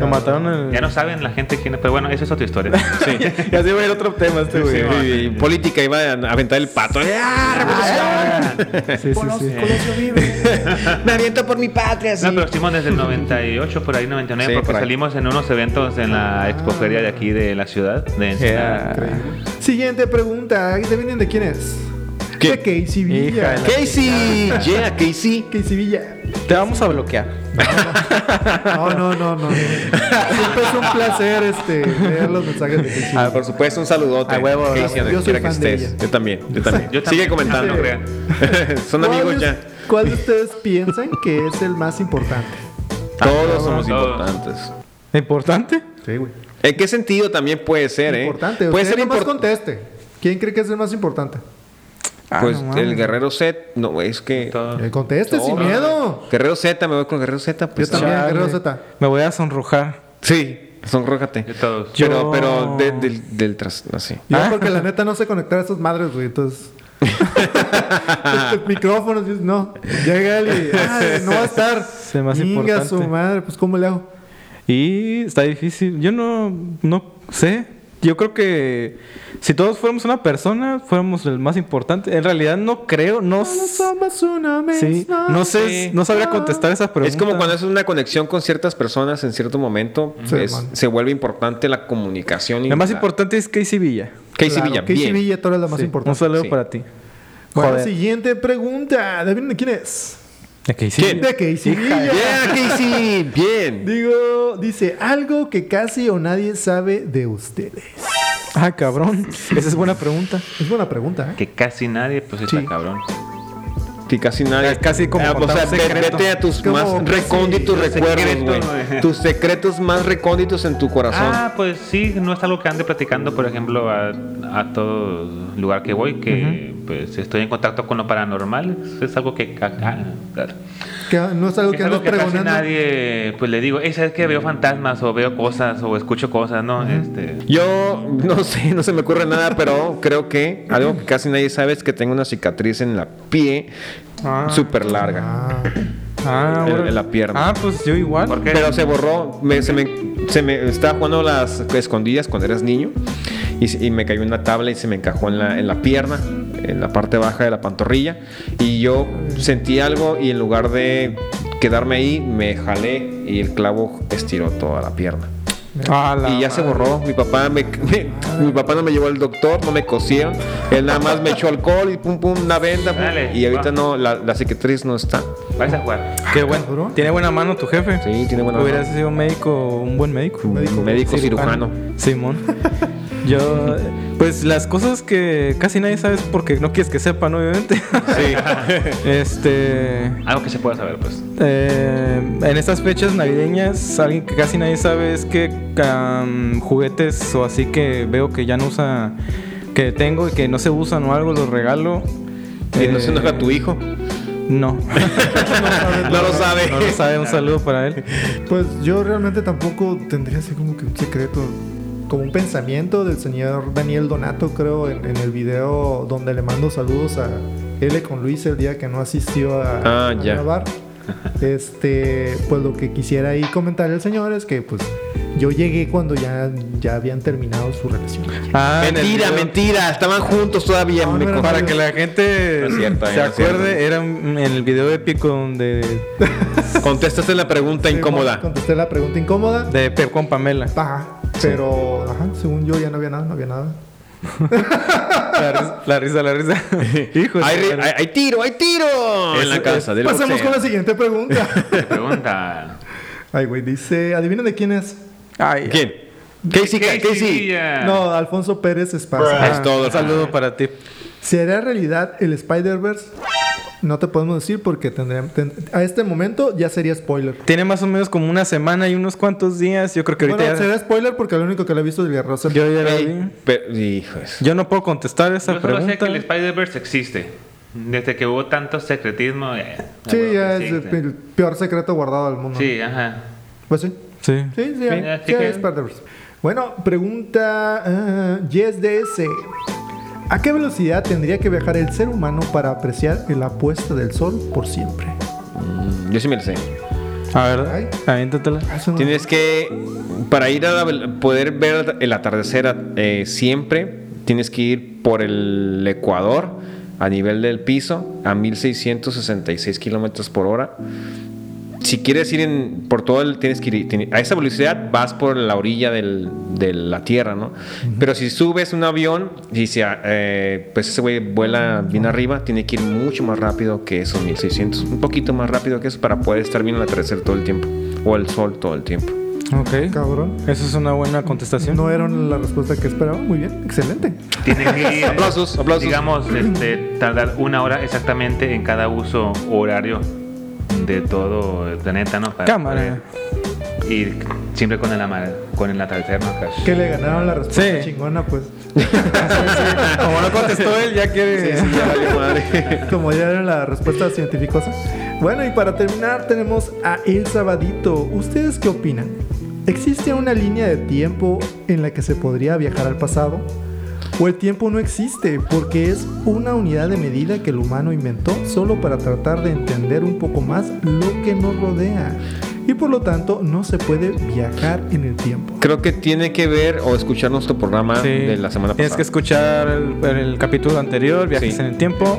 Speaker 1: Lo mataron el-
Speaker 6: ya no saben la gente quién es, pero bueno, eso es otra historia.
Speaker 4: Sí.
Speaker 1: Y así va a ir otro tema este,
Speaker 4: Sí,
Speaker 1: güey.
Speaker 4: y- y política iba a aventar el pato. ¡Ah, revolución!
Speaker 1: Sí, sí, sí.
Speaker 7: Me aviento por mi patria, sí.
Speaker 6: No, pero estuvimos desde el 98, por ahí 99,
Speaker 4: Sí,
Speaker 6: porque
Speaker 4: por ahí.
Speaker 6: salimos en unos eventos en la expoferia de aquí de la ciudad, de Ensenada.
Speaker 1: Yeah.
Speaker 5: Siguiente pregunta. ¿De vienen de quién es?
Speaker 4: ¿Qué?
Speaker 5: De Casey Villa.
Speaker 1: Hija de la-
Speaker 4: Casey, yeah, Casey.
Speaker 5: Casey Villa.
Speaker 1: Te vamos a bloquear.
Speaker 5: No, no, no, no. no. Siempre es un placer este, leer los mensajes de Casey.
Speaker 4: Ah, por supuesto, un saludote.
Speaker 1: A huevo, a
Speaker 4: Casey,
Speaker 1: huevo.
Speaker 4: donde
Speaker 5: Yo soy
Speaker 4: quiera que
Speaker 5: fan de
Speaker 4: estés.
Speaker 5: ella.
Speaker 4: Yo también, yo también.
Speaker 6: Yo también.
Speaker 4: Sigue comentando.
Speaker 6: Sí.
Speaker 4: Son amigos
Speaker 5: ¿Cuál
Speaker 4: ya.
Speaker 5: es- ¿Cuál de ustedes piensan que es el más importante?
Speaker 4: Todos somos
Speaker 6: Todos.
Speaker 4: importantes.
Speaker 1: ¿Importante?
Speaker 5: Sí, güey.
Speaker 4: ¿En qué sentido también puede ser, eh?
Speaker 5: Importante.
Speaker 4: Puede
Speaker 5: Usted
Speaker 4: ser
Speaker 5: nomás
Speaker 4: importante.
Speaker 5: conteste. ¿Quién cree que es el más importante?
Speaker 1: Ah,
Speaker 4: Pues
Speaker 1: no
Speaker 4: el
Speaker 1: mames.
Speaker 4: Guerrero Z, no, es que.
Speaker 6: Todo.
Speaker 5: Eh, conteste sin
Speaker 4: Todo.
Speaker 5: miedo.
Speaker 4: Guerrero Z, me voy con Guerrero Z. Pues, ah,
Speaker 5: Yo también,
Speaker 1: Chale.
Speaker 5: Guerrero Z.
Speaker 1: Me voy a sonrojar.
Speaker 4: Sí, sonrójate.
Speaker 6: De todos.
Speaker 4: Pero,
Speaker 1: Yo-
Speaker 4: pero de- del, del tras. Así.
Speaker 5: Yo
Speaker 1: Ah.
Speaker 5: porque la neta no sé conectar a esas madres, güey. Entonces. Estos micrófonos, dices, no. Llega él y. "Ay, no va a estar.
Speaker 1: Se me hace
Speaker 5: Inga
Speaker 1: importante.
Speaker 5: su madre, pues ¿cómo le hago?
Speaker 1: Y está difícil. Yo no, no sé. Yo creo que si todos fuéramos una persona, fuéramos el más importante. En realidad no creo, no, s-
Speaker 5: Somos una
Speaker 1: sí,
Speaker 5: misma.
Speaker 1: no sé,
Speaker 4: Sí.
Speaker 1: no sabría contestar esa pregunta.
Speaker 4: Es como cuando haces una conexión con ciertas personas en cierto momento,
Speaker 5: Sí,
Speaker 4: es-
Speaker 5: man.
Speaker 4: se vuelve importante la comunicación. y
Speaker 1: La más
Speaker 4: la-
Speaker 1: importante es Casey Villa.
Speaker 4: Casey
Speaker 5: Claro,
Speaker 4: Villa,
Speaker 5: Casey
Speaker 4: bien.
Speaker 5: Villa, tú eres la más
Speaker 1: Sí, Un
Speaker 5: importante.
Speaker 1: saludo
Speaker 4: Sí.
Speaker 1: para ti.
Speaker 5: Bueno,
Speaker 1: Joder.
Speaker 5: siguiente pregunta. ¿De quién es?
Speaker 1: ¿De Casey
Speaker 4: ¿Quién?
Speaker 1: Villa?
Speaker 5: De Casey Villa.
Speaker 4: Yeah, Casey, bien.
Speaker 5: Digo, dice algo que casi o nadie sabe de ustedes.
Speaker 1: Ah, cabrón. Esa es buena pregunta.
Speaker 5: Es buena pregunta, ¿eh?
Speaker 6: Que casi nadie, pues está
Speaker 5: Sí.
Speaker 6: cabrón.
Speaker 4: Que casi nadie. Ah,
Speaker 1: Es casi como
Speaker 4: o
Speaker 1: contar
Speaker 4: sea,
Speaker 1: un
Speaker 4: ve-
Speaker 1: secreto.
Speaker 4: vete a tus
Speaker 5: Como
Speaker 4: más
Speaker 5: casi
Speaker 4: recónditos
Speaker 6: un
Speaker 4: recuerdos,
Speaker 6: secreto,
Speaker 4: güey.
Speaker 6: güey.
Speaker 4: Tus secretos más recónditos en tu corazón.
Speaker 6: Ah, pues sí, no es algo que ande platicando, por ejemplo, a, a todo lugar que voy, que pues estoy en contacto con lo paranormal. Es algo que, ca- ca-
Speaker 5: Que no es algo
Speaker 6: es
Speaker 5: que
Speaker 6: algo
Speaker 5: andas
Speaker 6: que casi
Speaker 5: pregonando.
Speaker 6: nadie, pues le digo, "Ey, ¿sabes que veo fantasmas o veo cosas o escucho cosas, no? Este,
Speaker 4: Yo no sé, no se me ocurre nada, pero creo que algo que casi nadie sabe es que tengo una cicatriz en la pie
Speaker 1: Ah.
Speaker 4: súper larga.
Speaker 5: Ah,
Speaker 1: Ah,
Speaker 4: En-
Speaker 1: ahora-
Speaker 4: en la pierna.
Speaker 1: Ah, pues yo igual.
Speaker 6: ¿Por qué?
Speaker 4: Pero se borró, me, se, me, se me estaba jugando las escondidas cuando eras niño y, se- y me cayó una tabla y se me encajó en la, en la pierna, en la parte baja de la pantorrilla y yo sentí algo y en lugar de quedarme ahí me jalé y el clavo estiró toda la pierna.
Speaker 1: Ah, la
Speaker 4: y ya se borró. Mi papá me, me- mi papá no me llevó al doctor, no me cosieron. Él nada más me echó alcohol y pum pum una venda. pum,
Speaker 6: Dale,
Speaker 4: y ahorita
Speaker 6: va.
Speaker 4: no, la, la cicatriz no está.
Speaker 6: vais a jugar.
Speaker 1: Qué bueno.
Speaker 5: cabrón.
Speaker 1: Tiene buena mano tu jefe.
Speaker 4: Sí, tiene buena
Speaker 1: Hubiera
Speaker 4: mano.
Speaker 1: sido un médico, un buen médico.
Speaker 4: Médico, cirujano.
Speaker 1: Simón. Yo, pues las cosas que casi nadie sabe es porque no quieres que sepan, obviamente.
Speaker 4: Sí.
Speaker 1: Este.
Speaker 6: Algo que se pueda saber, pues.
Speaker 1: eh, en estas fechas navideñas, alguien que casi nadie sabe es que am, juguetes o así que veo que ya no usa, que tengo y que no se usan o algo, los regalo. Eh,
Speaker 4: Y no se enoja tu hijo.
Speaker 1: No.
Speaker 4: No lo sabe.
Speaker 1: No lo sabe, un saludo para él.
Speaker 5: Pues yo realmente tampoco tendría así como que un secreto. Como un pensamiento del señor Daniel Donato, creo, en, en el video donde le mando saludos a L con Luis el día que no asistió a,
Speaker 4: Ah,
Speaker 5: a
Speaker 4: ya.
Speaker 5: grabar. Este, pues lo que quisiera ahí comentar el señor es que pues yo llegué cuando ya, ya habían terminado su relación.
Speaker 1: Ah, en el
Speaker 4: mentira,
Speaker 1: video-
Speaker 4: mentira. Estaban juntos todavía.
Speaker 5: No, no
Speaker 4: me
Speaker 5: era
Speaker 4: co-
Speaker 1: Para que la gente
Speaker 4: No es cierto, eh,
Speaker 1: se
Speaker 4: no es cierto.
Speaker 1: acuerde, era en el video épico donde
Speaker 4: Contestaste la pregunta incómoda.
Speaker 5: Contesté la pregunta incómoda.
Speaker 1: de Pep con Pamela.
Speaker 5: Ajá, pero ajá, según yo ya no había nada, no había nada.
Speaker 1: La risa, la risa. La risa. Hijo de-
Speaker 4: hay, ri- hay- hay tiro, hay tiro! en la casa. del
Speaker 5: Pasamos
Speaker 4: boxeo.
Speaker 5: con la siguiente pregunta.
Speaker 6: Te pregunta.
Speaker 5: Ay, güey, dice, ¿adivina de quién es?
Speaker 1: Ay,
Speaker 4: ¿Quién? Casey, Casey.
Speaker 6: Villa.
Speaker 5: No, Alfonso Pérez Esparza.
Speaker 4: Ah, es todo.
Speaker 1: un saludo para ti.
Speaker 5: ¿Será realidad el Spider-Verse? No te podemos decir porque tendré- ten- a este momento ya sería spoiler.
Speaker 1: Tiene más o menos como una semana y unos cuantos días. Yo creo que ahorita
Speaker 5: Bueno,
Speaker 1: ya-
Speaker 5: será spoiler porque lo único que lo he visto es el Guerrero.
Speaker 1: yo ya la vi.
Speaker 4: Ey, pero- hijos.
Speaker 1: Yo no puedo contestar esa
Speaker 6: Yo solo sé que
Speaker 1: pregunta.
Speaker 6: el Spider-Verse existe. Desde que hubo tanto secretismo. eh,
Speaker 5: Sí,
Speaker 6: bueno,
Speaker 5: ya es
Speaker 6: existe.
Speaker 5: el peor secreto guardado del mundo.
Speaker 6: Sí, ajá.
Speaker 5: Pues sí.
Speaker 1: Sí.
Speaker 5: Sí, sí,
Speaker 6: Sí,
Speaker 5: ya-
Speaker 6: así
Speaker 5: ya
Speaker 6: que-
Speaker 5: es Spider-Verse. Bueno, pregunta ah, Yes DS. ¿A qué velocidad tendría que viajar el ser humano para apreciar la puesta del sol por siempre?
Speaker 4: Yo sí me lo sé.
Speaker 1: A ver, aviéntatela.
Speaker 5: Ah, eso no-
Speaker 4: Tienes que, para ir a la- poder ver el atardecer eh, siempre, tienes que ir por el Ecuador a nivel del piso a 1666 kilómetros por hora. Si quieres ir en, por todo el, tienes que ir tiene- a esa velocidad vas por la orilla del- de la tierra, ¿no? Pero si subes un avión y se, eh, pues ese güey vuela bien arriba, tiene que ir mucho más rápido que esos 1600, un poquito más rápido que eso para poder estar bien al atardecer todo el tiempo o el sol todo el tiempo.
Speaker 1: Ok.
Speaker 5: Cabrón.
Speaker 1: Esa es una buena contestación.
Speaker 5: No era la respuesta que esperaba. Muy bien, excelente.
Speaker 6: Tiene que ir.
Speaker 4: Aplausos, aplausos.
Speaker 6: Digamos, este, tardar una hora exactamente en cada uso horario de todo el planeta, ¿no? Para
Speaker 1: Cámara.
Speaker 6: poder Ir siempre con el, ama- con el atardecer, ¿no? Acá.
Speaker 5: Que le ganaron la respuesta
Speaker 1: Sí.
Speaker 5: chingona, pues.
Speaker 1: Como no contestó él, ya quiere.
Speaker 5: Como ya era la respuesta científicosa. Bueno, y para terminar tenemos a El Sabadito. ¿Ustedes qué opinan? ¿Existe una línea de tiempo en la que se podría viajar al pasado? ¿O el tiempo no existe porque es una unidad de medida que el humano inventó solo para tratar de entender un poco más lo que nos rodea? Y por lo tanto no se puede viajar en el tiempo.
Speaker 4: Creo que tiene que ver o escuchar nuestro programa
Speaker 1: Sí.
Speaker 4: de la semana
Speaker 1: Tienes
Speaker 4: pasada.
Speaker 1: que escuchar el, el capítulo anterior, viajes
Speaker 4: Sí.
Speaker 1: en el tiempo.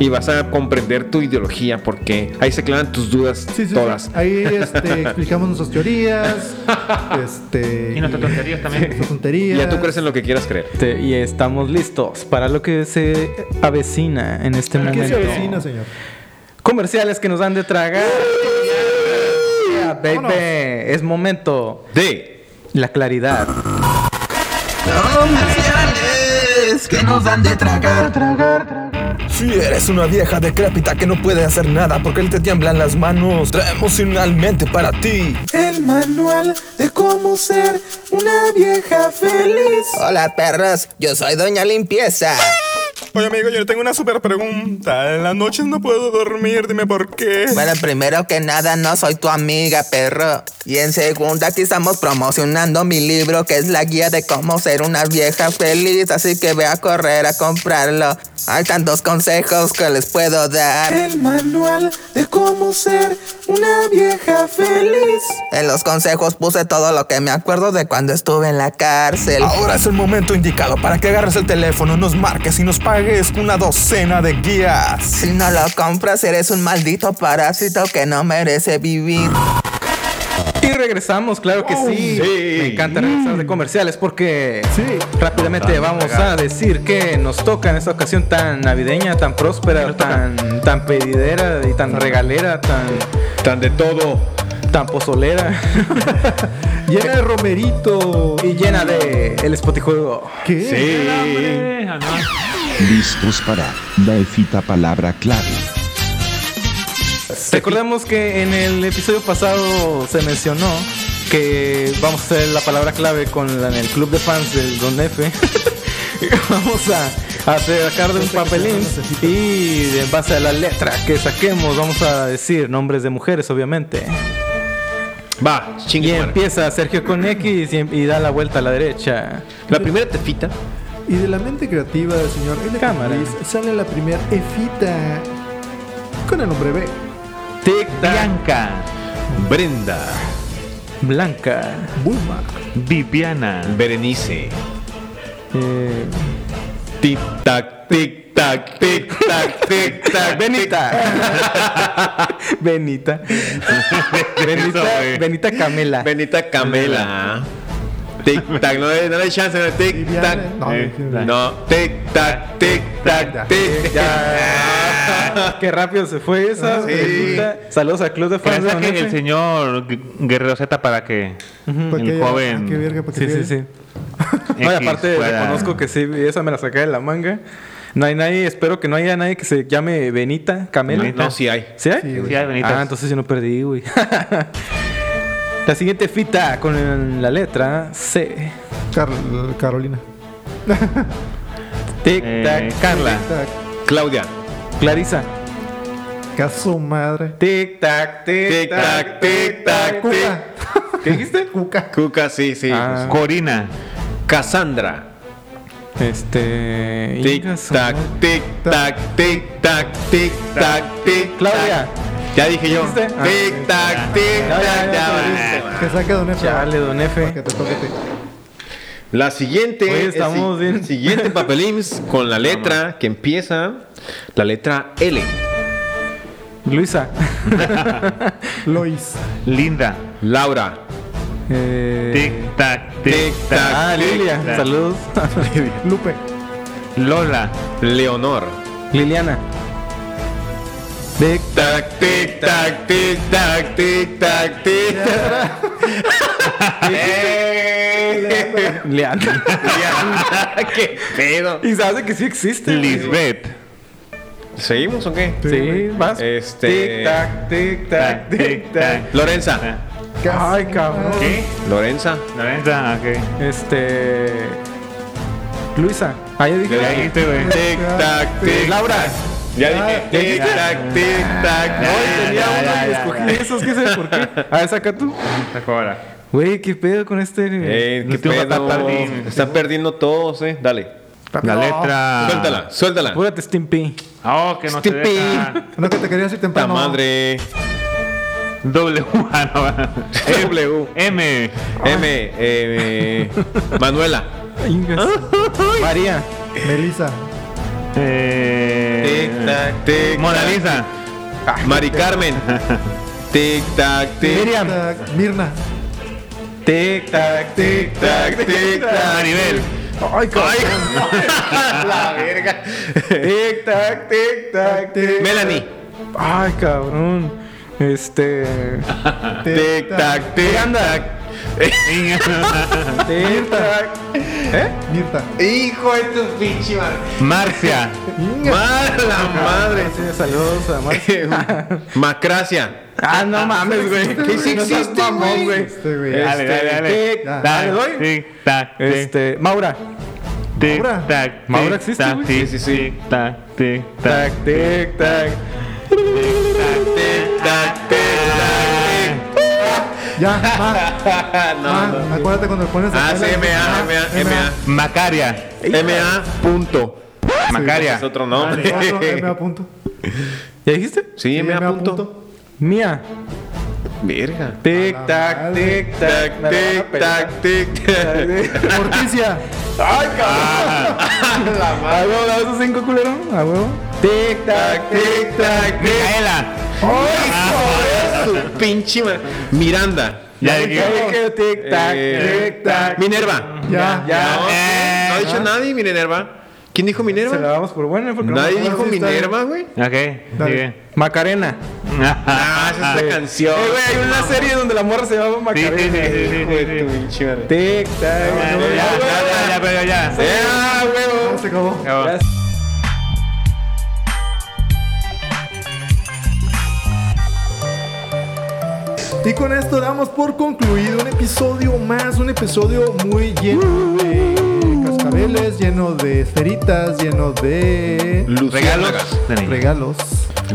Speaker 4: Y vas a comprender tu ideología porque ahí se aclaran tus dudas
Speaker 5: Sí, sí, sí.
Speaker 4: todas.
Speaker 5: Ahí este, explicamos nuestras teorías. este,
Speaker 6: Y nuestras tonterías también.
Speaker 5: nuestras tonterías.
Speaker 4: Ya tú crees en lo que quieras creer.
Speaker 1: Te- y estamos listos para lo que se avecina en este
Speaker 5: ¿Qué se
Speaker 1: momento.
Speaker 5: avecina, señor?
Speaker 1: Comerciales que nos dan de tragar. Yeah, baby.
Speaker 5: Vámonos.
Speaker 1: Es momento.
Speaker 4: De
Speaker 1: La claridad.
Speaker 8: Comerciales que nos dan de tragar, tragar, tragar. Si eres una vieja decrépita que no puede hacer nada porque él te tiemblan las manos, traemos finalmente para ti el manual de cómo ser una vieja feliz.
Speaker 7: Hola perros, yo soy Doña Limpieza.
Speaker 8: Oye, amigo, yo tengo una super pregunta. En las noches no puedo dormir, dime por qué.
Speaker 7: Bueno, primero que nada, no soy tu amiga, perro. Y en segunda, aquí estamos promocionando mi libro, que es la guía de cómo ser una vieja feliz. Así que ve a correr a comprarlo. Hay tantos consejos que les puedo dar.
Speaker 8: El manual de cómo ser una vieja feliz.
Speaker 7: En los consejos puse todo lo que me acuerdo de cuando estuve en la cárcel.
Speaker 8: Ahora es el momento indicado para que agarres el teléfono, nos marques y nos pagues una docena de guías.
Speaker 7: Si no lo compras, eres un maldito parásito que no merece vivir.
Speaker 1: Y regresamos, claro que sí. Me encanta regresar de comerciales porque
Speaker 5: Sí.
Speaker 1: rápidamente vamos a decir que nos toca en esta ocasión tan navideña, tan próspera, tan, tan pedidera y tan regalera, tan,
Speaker 4: tan de todo.
Speaker 1: tan pozolera
Speaker 5: Llena de romerito.
Speaker 1: y llena de el espotijuego.
Speaker 5: ¿Qué?
Speaker 6: Eh, ah, no.
Speaker 2: Listos para la efita palabra clave.
Speaker 1: Recordemos que en el episodio pasado se mencionó que vamos a hacer la palabra clave con la- en el club de fans del Don F. vamos a, a sacar de un papelín y en base a la letra que saquemos vamos a decir nombres de mujeres, obviamente.
Speaker 4: Va,
Speaker 1: Y
Speaker 4: chingue. madre.
Speaker 1: empieza Sergio con X y, em- y da la vuelta a la derecha.
Speaker 4: La primera tefita.
Speaker 5: Y de la mente creativa del señor L.
Speaker 1: Cámara.
Speaker 5: Cámara sale la primera efita con el nombre B.
Speaker 1: Tic tac,
Speaker 6: Bianca,
Speaker 4: Brenda.
Speaker 1: Blanca,
Speaker 5: Bulma.
Speaker 6: Viviana,
Speaker 4: Berenice.
Speaker 1: eh,
Speaker 4: Tic tac, tic tac, tic tac, tic tac.
Speaker 1: Benita, Benita, Benita, Benita Camela.
Speaker 6: Ah.
Speaker 4: Benita Camela. Tic tac, no, le- no le chance, no, tic tac.
Speaker 5: No,
Speaker 4: Eh,
Speaker 5: no.
Speaker 4: No, tic tac, tic tac, tic tac.
Speaker 1: Qué rápido se fue esa. Resulta- Saludos a Club de Fans. de
Speaker 6: Gracias que el
Speaker 1: Manefe.
Speaker 6: señor Gu- Guerrero Z para que
Speaker 5: Porque
Speaker 6: el
Speaker 5: ya-
Speaker 6: joven.
Speaker 5: ah, qué verga, porque
Speaker 1: Sí, sí, sí. No, y
Speaker 6: X
Speaker 1: aparte
Speaker 6: pueda-
Speaker 1: reconozco que sí, esa me la saqué de la manga. No hay nadie, espero que no haya nadie que se llame Benita, Camela.
Speaker 6: Benita.
Speaker 4: No, sí hay.
Speaker 1: ¿Sí hay?
Speaker 5: Sí, güey.
Speaker 6: Sí, hay Benitas.
Speaker 1: Ah, entonces yo no perdí, güey. la siguiente fita con la letra C.
Speaker 5: Car- Carolina.
Speaker 1: Tic
Speaker 6: Eh,
Speaker 1: tac, Carla.
Speaker 5: Tac.
Speaker 4: Claudia.
Speaker 1: Clarisa.
Speaker 5: Caso madre.
Speaker 1: Tic tac, tic
Speaker 4: Tic
Speaker 1: tac,
Speaker 4: tac, tic tac, tic.
Speaker 5: Cuca.
Speaker 1: ¿Qué dijiste?
Speaker 5: Cuca.
Speaker 4: Cuca, sí,
Speaker 6: pues,
Speaker 4: sí.
Speaker 1: Ah.
Speaker 6: Corina.
Speaker 4: Cassandra.
Speaker 1: Este.
Speaker 4: Tic
Speaker 1: Inga su
Speaker 4: tac,
Speaker 1: madre.
Speaker 4: tic tac, tic tac, tic tac, tic tac.
Speaker 1: Claudia.
Speaker 4: Ya dije yo.
Speaker 1: ¿Dijiste? Ah.
Speaker 4: Tic tac, tic
Speaker 1: Ya, ya,
Speaker 4: tac,
Speaker 1: ya,
Speaker 4: ya
Speaker 1: ya,
Speaker 4: valiste.
Speaker 1: ya.
Speaker 5: Que saque Don Efe.
Speaker 1: Chale, don
Speaker 5: Para
Speaker 1: F.
Speaker 5: que te toque a ti.
Speaker 4: La siguiente,
Speaker 1: Oye,
Speaker 4: el
Speaker 1: estamos
Speaker 4: si-
Speaker 1: bien.
Speaker 4: siguiente papelín con la letra que empieza, la letra L.
Speaker 1: Luisa.
Speaker 5: Lois.
Speaker 6: Linda.
Speaker 4: Laura.
Speaker 1: Eh,
Speaker 6: Tic tac,
Speaker 4: Tic,
Speaker 6: tic
Speaker 4: tac.
Speaker 6: tac.
Speaker 1: ah, Lilia.
Speaker 6: Tic-tac.
Speaker 1: Saludos.
Speaker 5: Lupe.
Speaker 6: Lola.
Speaker 4: Leonor.
Speaker 1: Liliana. Tic
Speaker 4: Tac, tic, tac, tic, tac, tic, tac, tic. Eh.
Speaker 1: Leandro.
Speaker 4: Ya, ¡Qué pedo!
Speaker 1: y sabes que sí existe. güey.
Speaker 6: Lisbeth.
Speaker 4: ¿Seguimos o qué?
Speaker 1: Sí, vas.
Speaker 4: Este-
Speaker 1: Tic tac, tic tac, tic tac.
Speaker 4: Lorenza.
Speaker 1: Ah. Ay, cabrón.
Speaker 6: ¿Qué?
Speaker 4: Lorenza.
Speaker 6: Lorenza, ok.
Speaker 1: Este. Luisa. Ah, ya dije.
Speaker 6: Ya dijiste, güey.
Speaker 4: Tic, tac, tic.
Speaker 1: Laura.
Speaker 4: Ah, Ya dije. Tic, tac, tic, tac.
Speaker 1: Hoy tenía
Speaker 6: ya,
Speaker 1: uno
Speaker 6: ya,
Speaker 1: y
Speaker 6: ya,
Speaker 1: escogí esos, ¿qué sé por qué? A ver, saca tú.
Speaker 6: Saco ahora.
Speaker 1: Güey, qué pedo con este.
Speaker 4: Eh, qué
Speaker 6: Lo tengo que
Speaker 4: pedo.
Speaker 6: tapar.
Speaker 4: Están perdiendo todos, eh. Dale.
Speaker 6: La letra.
Speaker 4: Suéltala, suéltala.
Speaker 1: Apúrate, Stimpy.
Speaker 6: Oh, que no te
Speaker 4: Stimpy.
Speaker 6: deja.
Speaker 5: No, que te quería decir
Speaker 4: Puta
Speaker 5: temprano.
Speaker 4: madre.
Speaker 6: W. Ah, no, va.
Speaker 4: W.
Speaker 6: M.
Speaker 4: M. eh, Manuela.
Speaker 1: Ingas. María.
Speaker 5: Melissa.
Speaker 6: Eh,
Speaker 4: Tic, tac, tic,
Speaker 6: Mona
Speaker 4: tac.
Speaker 6: Lisa.
Speaker 4: Mari Carmen. Tic, tac, tic.
Speaker 1: Miriam.
Speaker 5: Tac. Mirna.
Speaker 1: Tic tac, tic
Speaker 4: Tac, tic, tac.
Speaker 6: Maribel.
Speaker 1: Ay, cabrón.
Speaker 4: La verga.
Speaker 1: Tic tac, tic tac, tic.
Speaker 4: Melanie.
Speaker 1: Ay, cabrón. Este.
Speaker 4: Tic, tac, tic, tac.
Speaker 1: Tic tac.
Speaker 5: Mirta.
Speaker 4: Hijo de tu pinche madre.
Speaker 6: Marcia.
Speaker 4: Madre, la madre.
Speaker 1: Sí, saludos a Mar-
Speaker 4: Macracia.
Speaker 1: Ah, no mames, güey.
Speaker 4: ¿Qué sí
Speaker 1: No seas
Speaker 4: existe,
Speaker 1: mamón,
Speaker 4: güey?
Speaker 5: Este, güey.
Speaker 4: Eh.
Speaker 6: Dale, dale, dale.
Speaker 1: Tic,
Speaker 5: Ya.
Speaker 1: dale,
Speaker 6: Dale,
Speaker 1: doy.
Speaker 6: Tic, tac, tic,
Speaker 1: Este, Maura.
Speaker 6: tic,
Speaker 5: Maura.
Speaker 6: tac.
Speaker 1: Maura
Speaker 6: tic,
Speaker 1: existe,
Speaker 6: tac,
Speaker 1: güey.
Speaker 4: Sí,
Speaker 6: tic,
Speaker 4: sí, sí.
Speaker 6: Tic, tac, tic, tac.
Speaker 1: Tac, tic tac.
Speaker 4: Tic, tac, tic,
Speaker 5: Ya. Ma.
Speaker 4: tac. No,
Speaker 5: ma.
Speaker 4: no.
Speaker 5: Ah, Acuérdate cuando pones
Speaker 4: Ah, sí, MA, MA, MA.
Speaker 6: Macaria.
Speaker 4: MA. Punto.
Speaker 6: Macaria.
Speaker 4: Es otro nombre.
Speaker 5: Otro MA punto.
Speaker 1: ¿Ya dijiste?
Speaker 4: Sí, MA. Punto.
Speaker 1: Mía.
Speaker 4: Verga.
Speaker 1: Tic tac,
Speaker 5: madre.
Speaker 1: tic tac.
Speaker 4: Tac,
Speaker 1: Me la van a
Speaker 4: tic,
Speaker 1: pelar.
Speaker 4: tac, tic, tac.
Speaker 5: Morticia.
Speaker 1: Ay, cabrón. La madre. A huevo, ¿la vas a cinco, culero? A huevo. Tic tac, tic tac.
Speaker 6: Micaela.
Speaker 1: Ah,
Speaker 4: Hijo de su pinche madre. Miranda.
Speaker 6: Ya
Speaker 1: Ya
Speaker 6: dije.
Speaker 1: dije tic tac,
Speaker 4: Eh,
Speaker 1: tic tac.
Speaker 4: Minerva.
Speaker 5: Ya.
Speaker 1: Ya.
Speaker 4: No,
Speaker 6: Eh,
Speaker 4: no ha dicho nadie, Minerva. ¿Quién dijo
Speaker 1: Se la
Speaker 4: Minerva?
Speaker 1: damos por buena porque no
Speaker 4: Nadie
Speaker 1: me acuerdo
Speaker 4: dijo
Speaker 1: si está bien.
Speaker 4: Minerva, güey.
Speaker 6: Ok,
Speaker 5: Dale.
Speaker 6: sigue.
Speaker 1: Macarena.
Speaker 4: Ah, esa es la canción.
Speaker 1: Eh, güey, hay una serie donde la morra se llama
Speaker 6: Sí, sí, sí,
Speaker 1: Macarena.
Speaker 6: sí, sí,
Speaker 4: Hijo de
Speaker 6: sí,
Speaker 4: tu
Speaker 6: sí.
Speaker 4: pinche madre.
Speaker 1: Tic
Speaker 6: Ya,
Speaker 1: tac.
Speaker 6: ya, ya, ya, pero ya.
Speaker 4: Eh, ah, huevo.
Speaker 5: Se acabó.
Speaker 6: Acabó.
Speaker 1: Ya
Speaker 5: Y con esto damos por concluido un episodio más, un episodio muy lleno de cascabeles, lleno de esferitas, lleno de
Speaker 4: Regalos.
Speaker 6: Regalos de niños.
Speaker 5: regalos,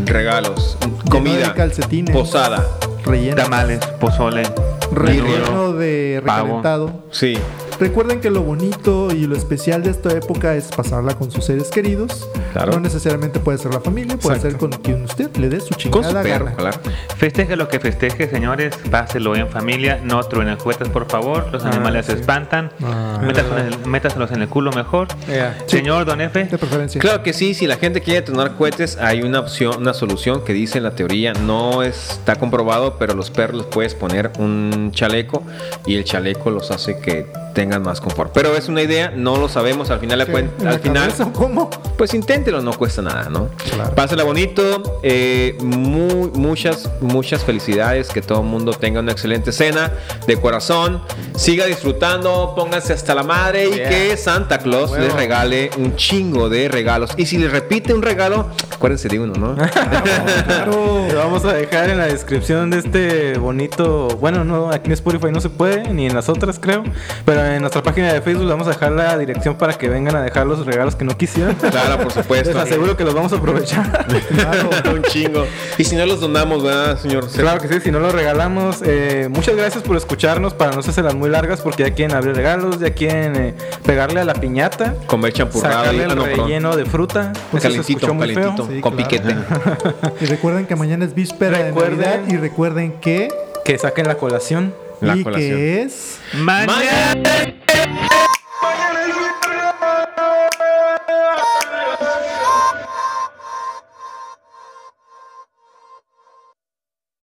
Speaker 4: Regalos.
Speaker 5: Lleno
Speaker 4: Comida.
Speaker 5: de calcetines.
Speaker 4: Posada.
Speaker 5: relleno,
Speaker 6: Tamales, pozole,
Speaker 5: relleno
Speaker 6: menudo,
Speaker 5: de
Speaker 6: pavo.
Speaker 5: recalentado,
Speaker 4: Sí.
Speaker 5: Recuerden que lo bonito y lo especial de esta época es pasarla con sus seres queridos.
Speaker 4: Claro.
Speaker 5: No necesariamente puede ser la familia, puede
Speaker 4: Exacto.
Speaker 5: ser con quien usted le dé su
Speaker 4: Con
Speaker 5: chingada
Speaker 4: su perro,
Speaker 5: gana.
Speaker 4: claro.
Speaker 6: Festeje lo que festeje, señores. Páselo en familia. No truenen juguetes, por favor. Los animales se espantan.
Speaker 4: Ah.
Speaker 6: Métaselos en el- métaselos en el culo mejor. Señor Don Efe.
Speaker 5: De preferencia.
Speaker 4: Claro que sí, si la gente quiere tronar cohetes, hay una opción, una solución que dice en la teoría, no está comprobado, pero los perros les puedes poner un chaleco y el chaleco los hace que tengan más confort. Pero es una idea, no lo sabemos, al final la
Speaker 5: ¿Qué?
Speaker 4: cuen-
Speaker 5: ¿En
Speaker 4: al
Speaker 5: la
Speaker 4: final
Speaker 5: cabeza o ¿Cómo?
Speaker 4: pues inténtelo, no cuesta nada, ¿no?
Speaker 5: Claro.
Speaker 4: Pásela bonito, eh, mu- muchas, muchas felicidades, que todo el mundo tenga una excelente cena de corazón, siga disfrutando, pónganse hasta la madre y que Santa Claus les regale un chingo de regalos. Y si les repite un regalo, acuérdense de uno, ¿no?
Speaker 1: Lo vamos a dejar en la descripción de este bonito. Bueno, no, aquí en Spotify no se puede, ni en las otras creo. Pero en nuestra página de Facebook le vamos a dejar la dirección para que vengan a dejar los regalos que no quisieron.
Speaker 4: claro, por
Speaker 1: Les
Speaker 4: supuesto.
Speaker 1: aseguro que los vamos a aprovechar.
Speaker 4: un chingo. Y si no los donamos, ¿verdad, señor?
Speaker 1: Claro que sí, si no lo regalamos. eh, muchas gracias por escucharnos para no hacerlas muy largas porque ya quieren abrir regalos, ya quieren eh, pegarle a la piñata,
Speaker 4: Comer champurrado y
Speaker 1: sacarle el
Speaker 4: ah, no, perdón.
Speaker 1: relleno de fruta. pues, Eso se escuchó
Speaker 4: calentito,
Speaker 1: muy feo.
Speaker 4: calentito,
Speaker 5: Sí,
Speaker 4: con
Speaker 5: claro.
Speaker 4: piquete.
Speaker 5: Y recuerden que mañana es víspera
Speaker 1: Recuerden-
Speaker 5: de Navidad y recuerden que
Speaker 1: Que saquen la colación.
Speaker 4: La
Speaker 5: y
Speaker 4: colación.
Speaker 5: que es
Speaker 6: Mañana.
Speaker 4: Mañana.